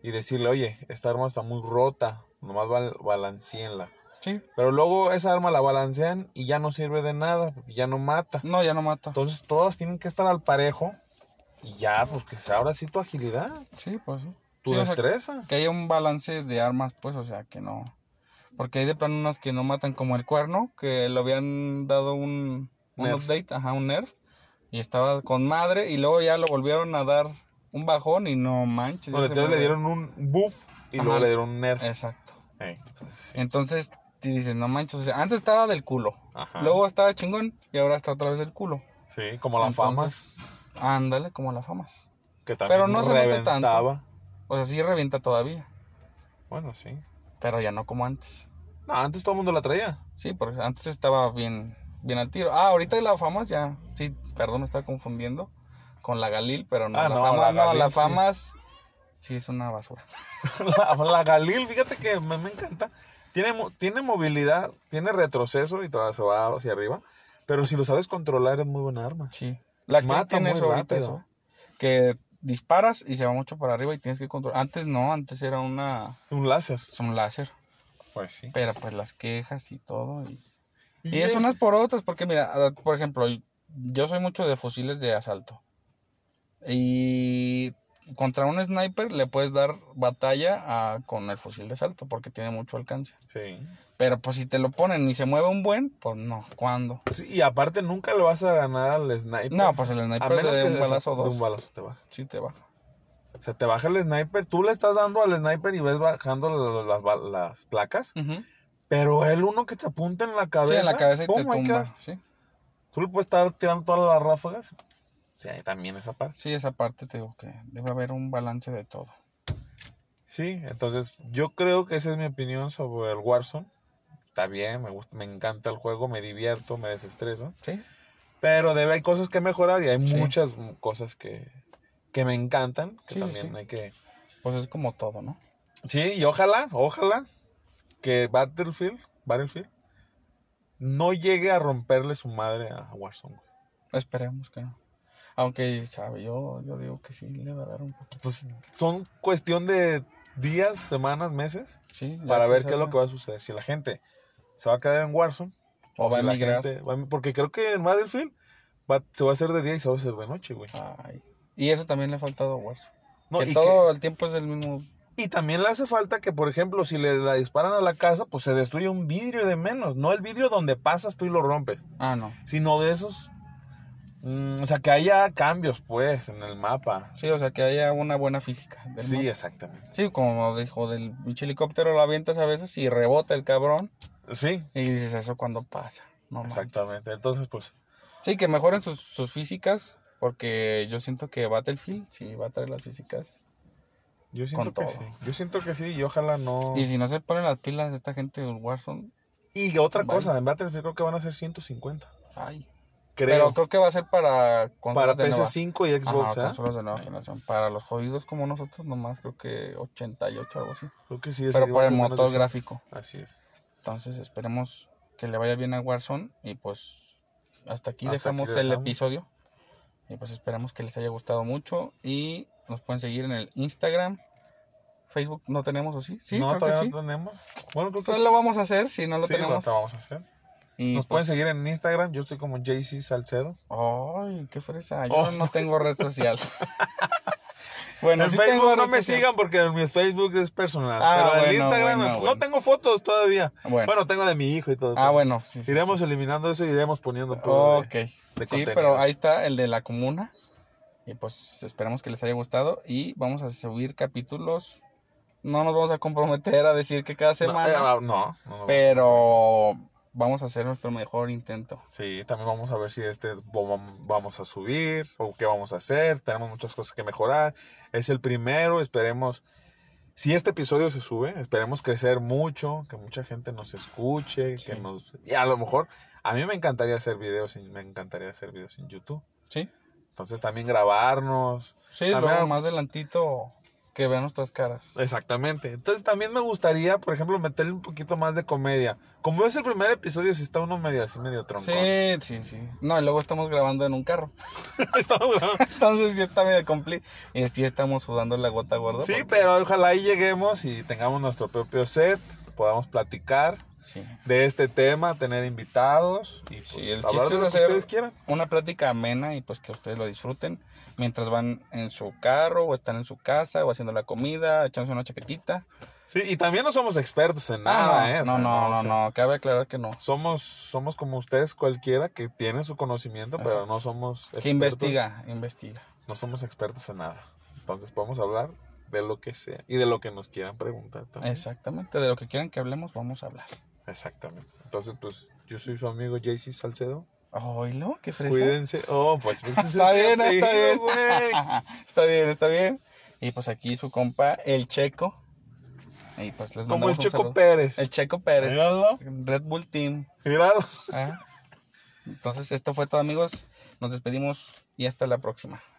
[SPEAKER 2] y decirle, oye, esta arma está muy rota, nomás bal balanceenla.
[SPEAKER 1] Sí,
[SPEAKER 2] Pero luego esa arma la balancean y ya no sirve de nada, porque ya no mata.
[SPEAKER 1] no, ya no mata.
[SPEAKER 2] Entonces, todas tienen que estar al parejo y ya, pues que sea ahora sí tu agilidad,
[SPEAKER 1] Sí, pues sí.
[SPEAKER 2] tu
[SPEAKER 1] Sí, o sea,
[SPEAKER 2] destreza.
[SPEAKER 1] que haya un balance de armas, pues, o sea, que no. Porque hay de plano unas que no matan, como el cuerno, que le habían dado un, un
[SPEAKER 2] Nerf.
[SPEAKER 1] update, ajá, un nerf, y estaba con madre, y luego ya lo volvieron a dar un bajón, y no manches.
[SPEAKER 2] No, le-
[SPEAKER 1] ese
[SPEAKER 2] entonces le
[SPEAKER 1] madre-
[SPEAKER 2] dieron un buff y
[SPEAKER 1] Ajá.
[SPEAKER 2] luego le dieron un nerf.
[SPEAKER 1] Exacto.
[SPEAKER 2] Ey, entonces, sí.
[SPEAKER 1] Entonces, te dices, no manches, o sea, antes estaba del culo,
[SPEAKER 2] Ajá.
[SPEAKER 1] luego estaba chingón, y ahora está otra vez del culo.
[SPEAKER 2] Sí, como la fama,
[SPEAKER 1] fama. Ándale, como la fama.
[SPEAKER 2] que también
[SPEAKER 1] pero no se nota tanto.
[SPEAKER 2] reventaba.
[SPEAKER 1] O sea, sí revienta todavía,
[SPEAKER 2] Bueno, sí.
[SPEAKER 1] pero ya no como antes.
[SPEAKER 2] No, antes todo el mundo la traía.
[SPEAKER 1] Sí, porque antes estaba bien, bien al tiro. Ah, ahorita la fama ya. Sí, perdón, me estaba confundiendo con la Galil, pero no.
[SPEAKER 2] Ah,
[SPEAKER 1] la
[SPEAKER 2] no,
[SPEAKER 1] fama,
[SPEAKER 2] la
[SPEAKER 1] no,
[SPEAKER 2] Galil
[SPEAKER 1] la
[SPEAKER 2] sí.
[SPEAKER 1] fama es- sí es una basura.
[SPEAKER 2] la, la Galil, fíjate que me, me encanta. Tiene, mo- tiene movilidad, tiene retroceso y todo se va hacia arriba. Pero si lo sabes controlar es muy buen arma.
[SPEAKER 1] Sí. La que
[SPEAKER 2] Mata
[SPEAKER 1] tiene
[SPEAKER 2] muy
[SPEAKER 1] eso ahorita
[SPEAKER 2] rápido.
[SPEAKER 1] eso, Que disparas y se va mucho para arriba y tienes que controlar. Antes no, antes era una
[SPEAKER 2] Un láser.
[SPEAKER 1] es un láser,
[SPEAKER 2] Pues sí.
[SPEAKER 1] pero pues las quejas y todo y, y
[SPEAKER 2] Y
[SPEAKER 1] eso
[SPEAKER 2] es-
[SPEAKER 1] no es por otras, porque mira, a- por ejemplo, yo soy mucho de fusiles de asalto. Y contra un sniper le puedes dar batalla a- con el fusil de asalto porque tiene mucho alcance.
[SPEAKER 2] Sí.
[SPEAKER 1] Pero pues si te lo ponen y se mueve un buen, pues no, ¿cuándo?
[SPEAKER 2] Sí, Y aparte nunca le vas a ganar al sniper.
[SPEAKER 1] No, pues el
[SPEAKER 2] a
[SPEAKER 1] sniper
[SPEAKER 2] menos
[SPEAKER 1] de
[SPEAKER 2] que
[SPEAKER 1] un
[SPEAKER 2] se-
[SPEAKER 1] balazo o
[SPEAKER 2] de
[SPEAKER 1] dos.
[SPEAKER 2] un balazo te baja.
[SPEAKER 1] Sí te baja.
[SPEAKER 2] O sea, te baja el sniper, tú le estás dando al sniper y ves bajando la- las, bal- las placas.
[SPEAKER 1] Ujú.
[SPEAKER 2] Pero el uno que te apunta en la cabeza.
[SPEAKER 1] Sí, en la cabeza y te
[SPEAKER 2] ¡pum!
[SPEAKER 1] tumba.
[SPEAKER 2] ahí quedaste.
[SPEAKER 1] Sí.
[SPEAKER 2] Tú le puedes estar tirando todas las ráfagas. Sí, ahí también esa parte.
[SPEAKER 1] sí, esa parte te digo que debe haber un balance de todo.
[SPEAKER 2] Sí, entonces yo creo que esa es mi opinión sobre el Warzone. está bien, me gusta, me encanta el juego, me divierto, me desestreso.
[SPEAKER 1] Sí.
[SPEAKER 2] Pero debe hay cosas que mejorar y hay
[SPEAKER 1] Sí.
[SPEAKER 2] muchas cosas que, que me encantan,
[SPEAKER 1] Sí,
[SPEAKER 2] que
[SPEAKER 1] sí,
[SPEAKER 2] también
[SPEAKER 1] sí.
[SPEAKER 2] hay que...
[SPEAKER 1] Pues es como todo, ¿no?
[SPEAKER 2] Sí, y ojalá, ojalá que Battlefield, Battlefield no llegue a romperle su madre a Warzone. güey.
[SPEAKER 1] Esperemos que no. Aunque, sabe, yo, yo digo que sí, le va a dar un poquito.
[SPEAKER 2] Entonces, son cuestión de días, semanas, meses
[SPEAKER 1] Sí, ya
[SPEAKER 2] para
[SPEAKER 1] que
[SPEAKER 2] ver qué es lo
[SPEAKER 1] salga.
[SPEAKER 2] que va a suceder. Si la gente se va a quedar en Warzone
[SPEAKER 1] O va a
[SPEAKER 2] si la
[SPEAKER 1] emigrar.
[SPEAKER 2] gente va a- em-, porque creo que en Battlefield va- se va a hacer de día y se va a hacer de noche, güey.
[SPEAKER 1] Ay. Y eso también le ha faltado a Warzone.
[SPEAKER 2] No,
[SPEAKER 1] que
[SPEAKER 2] y,
[SPEAKER 1] todo el tiempo es el mismo.
[SPEAKER 2] que- y también le hace falta que, por ejemplo, si le la disparan a la casa, pues se destruye un vidrio de menos. No el vidrio donde pasas tú y lo rompes.
[SPEAKER 1] Ah, no.
[SPEAKER 2] sino de esos. mm, o sea, que haya cambios, pues, en el mapa.
[SPEAKER 1] Sí, o sea, que haya una buena física. del
[SPEAKER 2] Sí,
[SPEAKER 1] mapa.
[SPEAKER 2] exactamente.
[SPEAKER 1] Sí, como dijo, del pinche helicóptero lo avientas a veces y rebota el cabrón.
[SPEAKER 2] Sí,
[SPEAKER 1] Y dices, ¿eso cuando pasa? No manches.
[SPEAKER 2] exactamente. Entonces, pues,
[SPEAKER 1] Sí, que mejoren sus, sus físicas. Porque yo siento que Battlefield sí va a traer las físicas.
[SPEAKER 2] yo siento
[SPEAKER 1] Con
[SPEAKER 2] que
[SPEAKER 1] todo.
[SPEAKER 2] sí. Yo siento que sí y ojalá no.
[SPEAKER 1] Y
[SPEAKER 2] Y,
[SPEAKER 1] si no se ponen las pilas de esta gente del Warzone,
[SPEAKER 2] otra
[SPEAKER 1] Vale.
[SPEAKER 2] cosa, en Battlefield creo que van a ser 150.
[SPEAKER 1] ay.
[SPEAKER 2] Creo.
[SPEAKER 1] Pero creo que va a ser para
[SPEAKER 2] para
[SPEAKER 1] consolas de nueva-
[SPEAKER 2] PS5 y
[SPEAKER 1] Ajá,
[SPEAKER 2] Xbox, ¿ah?
[SPEAKER 1] consolas de nueva generación. Para los jodidos como nosotros, nomás creo que 88 o algo así.
[SPEAKER 2] Creo que sí. es
[SPEAKER 1] Pero
[SPEAKER 2] arriba,
[SPEAKER 1] por
[SPEAKER 2] más
[SPEAKER 1] el
[SPEAKER 2] o menos
[SPEAKER 1] motor
[SPEAKER 2] así.
[SPEAKER 1] gráfico.
[SPEAKER 2] Así es.
[SPEAKER 1] Entonces esperemos que le vaya bien a Warzone y pues hasta aquí,
[SPEAKER 2] Hasta aquí
[SPEAKER 1] dejamos,
[SPEAKER 2] le
[SPEAKER 1] el
[SPEAKER 2] dejamos.
[SPEAKER 1] episodio. Y pues esperamos que les haya gustado mucho y nos pueden seguir en el Instagram. Facebook no tenemos o sí? Sí,
[SPEAKER 2] no,
[SPEAKER 1] creo
[SPEAKER 2] todavía
[SPEAKER 1] que sí.
[SPEAKER 2] no tenemos. Bueno, creo que
[SPEAKER 1] Pues
[SPEAKER 2] sí.
[SPEAKER 1] lo vamos a hacer si no lo
[SPEAKER 2] Sí,
[SPEAKER 1] tenemos.
[SPEAKER 2] lo vamos a hacer.
[SPEAKER 1] Y
[SPEAKER 2] Nos pueden
[SPEAKER 1] pues-
[SPEAKER 2] seguir en Instagram. Yo estoy como JC Salcedo.
[SPEAKER 1] Ay, qué fresa. Yo
[SPEAKER 2] Oh.
[SPEAKER 1] no tengo red social. bueno,
[SPEAKER 2] en
[SPEAKER 1] sí tengo
[SPEAKER 2] Facebook
[SPEAKER 1] red
[SPEAKER 2] no me
[SPEAKER 1] social.
[SPEAKER 2] sigan porque en mi Facebook es personal.
[SPEAKER 1] Ah,
[SPEAKER 2] pero en
[SPEAKER 1] bueno,
[SPEAKER 2] Instagram
[SPEAKER 1] bueno,
[SPEAKER 2] no
[SPEAKER 1] bueno.
[SPEAKER 2] tengo fotos todavía.
[SPEAKER 1] Bueno.
[SPEAKER 2] Bueno. tengo de mi hijo y todo.
[SPEAKER 1] Ah, bueno, sí. sí,
[SPEAKER 2] Iremos
[SPEAKER 1] sí.
[SPEAKER 2] eliminando eso y iremos poniendo. puro
[SPEAKER 1] Ok.
[SPEAKER 2] de- de
[SPEAKER 1] sí,
[SPEAKER 2] contenido.
[SPEAKER 1] pero ahí está el de la comuna. Y pues esperamos que les haya gustado. Y vamos a subir capítulos. No nos vamos a comprometer a decir que cada semana.
[SPEAKER 2] No, eh, no, no, no.
[SPEAKER 1] pero vamos a hacer nuestro mejor intento.
[SPEAKER 2] Sí, también vamos a ver si este bom- vamos a subir o qué vamos a hacer. Tenemos muchas cosas que mejorar. Es el primero, esperemos. Si este episodio se sube, esperemos crecer mucho, que mucha gente nos escuche, que
[SPEAKER 1] Sí.
[SPEAKER 2] nos... Y a lo mejor, a mí me encantaría hacer videos, en- me encantaría hacer videos en YouTube.
[SPEAKER 1] Sí.
[SPEAKER 2] Entonces también grabarnos.
[SPEAKER 1] Sí,
[SPEAKER 2] También-
[SPEAKER 1] luego más adelantito que vean nuestras caras.
[SPEAKER 2] Exactamente. Entonces también me gustaría, por ejemplo, meterle un poquito más de comedia. Como es el primer episodio, si está uno medio así, medio troncón.
[SPEAKER 1] Sí, sí, sí. No, y luego estamos grabando en un carro.
[SPEAKER 2] Estamos grabando.
[SPEAKER 1] Entonces ya está medio compli. Y sí estamos sudando la gota gorda.
[SPEAKER 2] Sí,
[SPEAKER 1] porque-
[SPEAKER 2] pero ojalá ahí lleguemos y tengamos nuestro propio set, podamos platicar
[SPEAKER 1] Sí.
[SPEAKER 2] de este tema, tener invitados y pues,
[SPEAKER 1] Sí, el
[SPEAKER 2] hablar
[SPEAKER 1] chiste
[SPEAKER 2] de
[SPEAKER 1] es
[SPEAKER 2] lo que
[SPEAKER 1] hacer-
[SPEAKER 2] ustedes quieran.
[SPEAKER 1] una plática amena y pues que ustedes lo disfruten mientras van en su carro o están en su casa o haciendo la comida, echándose una chaquetita.
[SPEAKER 2] Sí, y también no somos expertos en nada,
[SPEAKER 1] Ah,
[SPEAKER 2] ¿eh? O
[SPEAKER 1] no,
[SPEAKER 2] sea,
[SPEAKER 1] no,
[SPEAKER 2] o
[SPEAKER 1] no,
[SPEAKER 2] sea,
[SPEAKER 1] no, cabe aclarar que no.
[SPEAKER 2] Somos, somos como ustedes cualquiera que tiene su conocimiento, pero
[SPEAKER 1] Exacto.
[SPEAKER 2] no somos expertos.
[SPEAKER 1] Que investiga, investiga.
[SPEAKER 2] No somos expertos en nada. Entonces podemos hablar de lo que sea y de lo que nos quieran preguntar también.
[SPEAKER 1] Exactamente, de lo que quieran que hablemos vamos a hablar.
[SPEAKER 2] Exactamente. Entonces, pues yo soy su amigo JC Salcedo.
[SPEAKER 1] Oilo, qué fresa.
[SPEAKER 2] Cuídense. Oh, pues, pues ese
[SPEAKER 1] Está
[SPEAKER 2] es mi
[SPEAKER 1] bien, está
[SPEAKER 2] apellido,
[SPEAKER 1] bien.
[SPEAKER 2] güey.
[SPEAKER 1] está bien, está bien. Y pues aquí su compa, el Checo. Y pues les
[SPEAKER 2] Como
[SPEAKER 1] mandamos
[SPEAKER 2] el
[SPEAKER 1] un
[SPEAKER 2] Checo
[SPEAKER 1] saludo.
[SPEAKER 2] Pérez.
[SPEAKER 1] El Checo Pérez.
[SPEAKER 2] Míralo.
[SPEAKER 1] Red Bull Team. ¿eh?
[SPEAKER 2] Míralo.
[SPEAKER 1] Ah. Entonces, esto fue todo, amigos. Nos despedimos y hasta la próxima.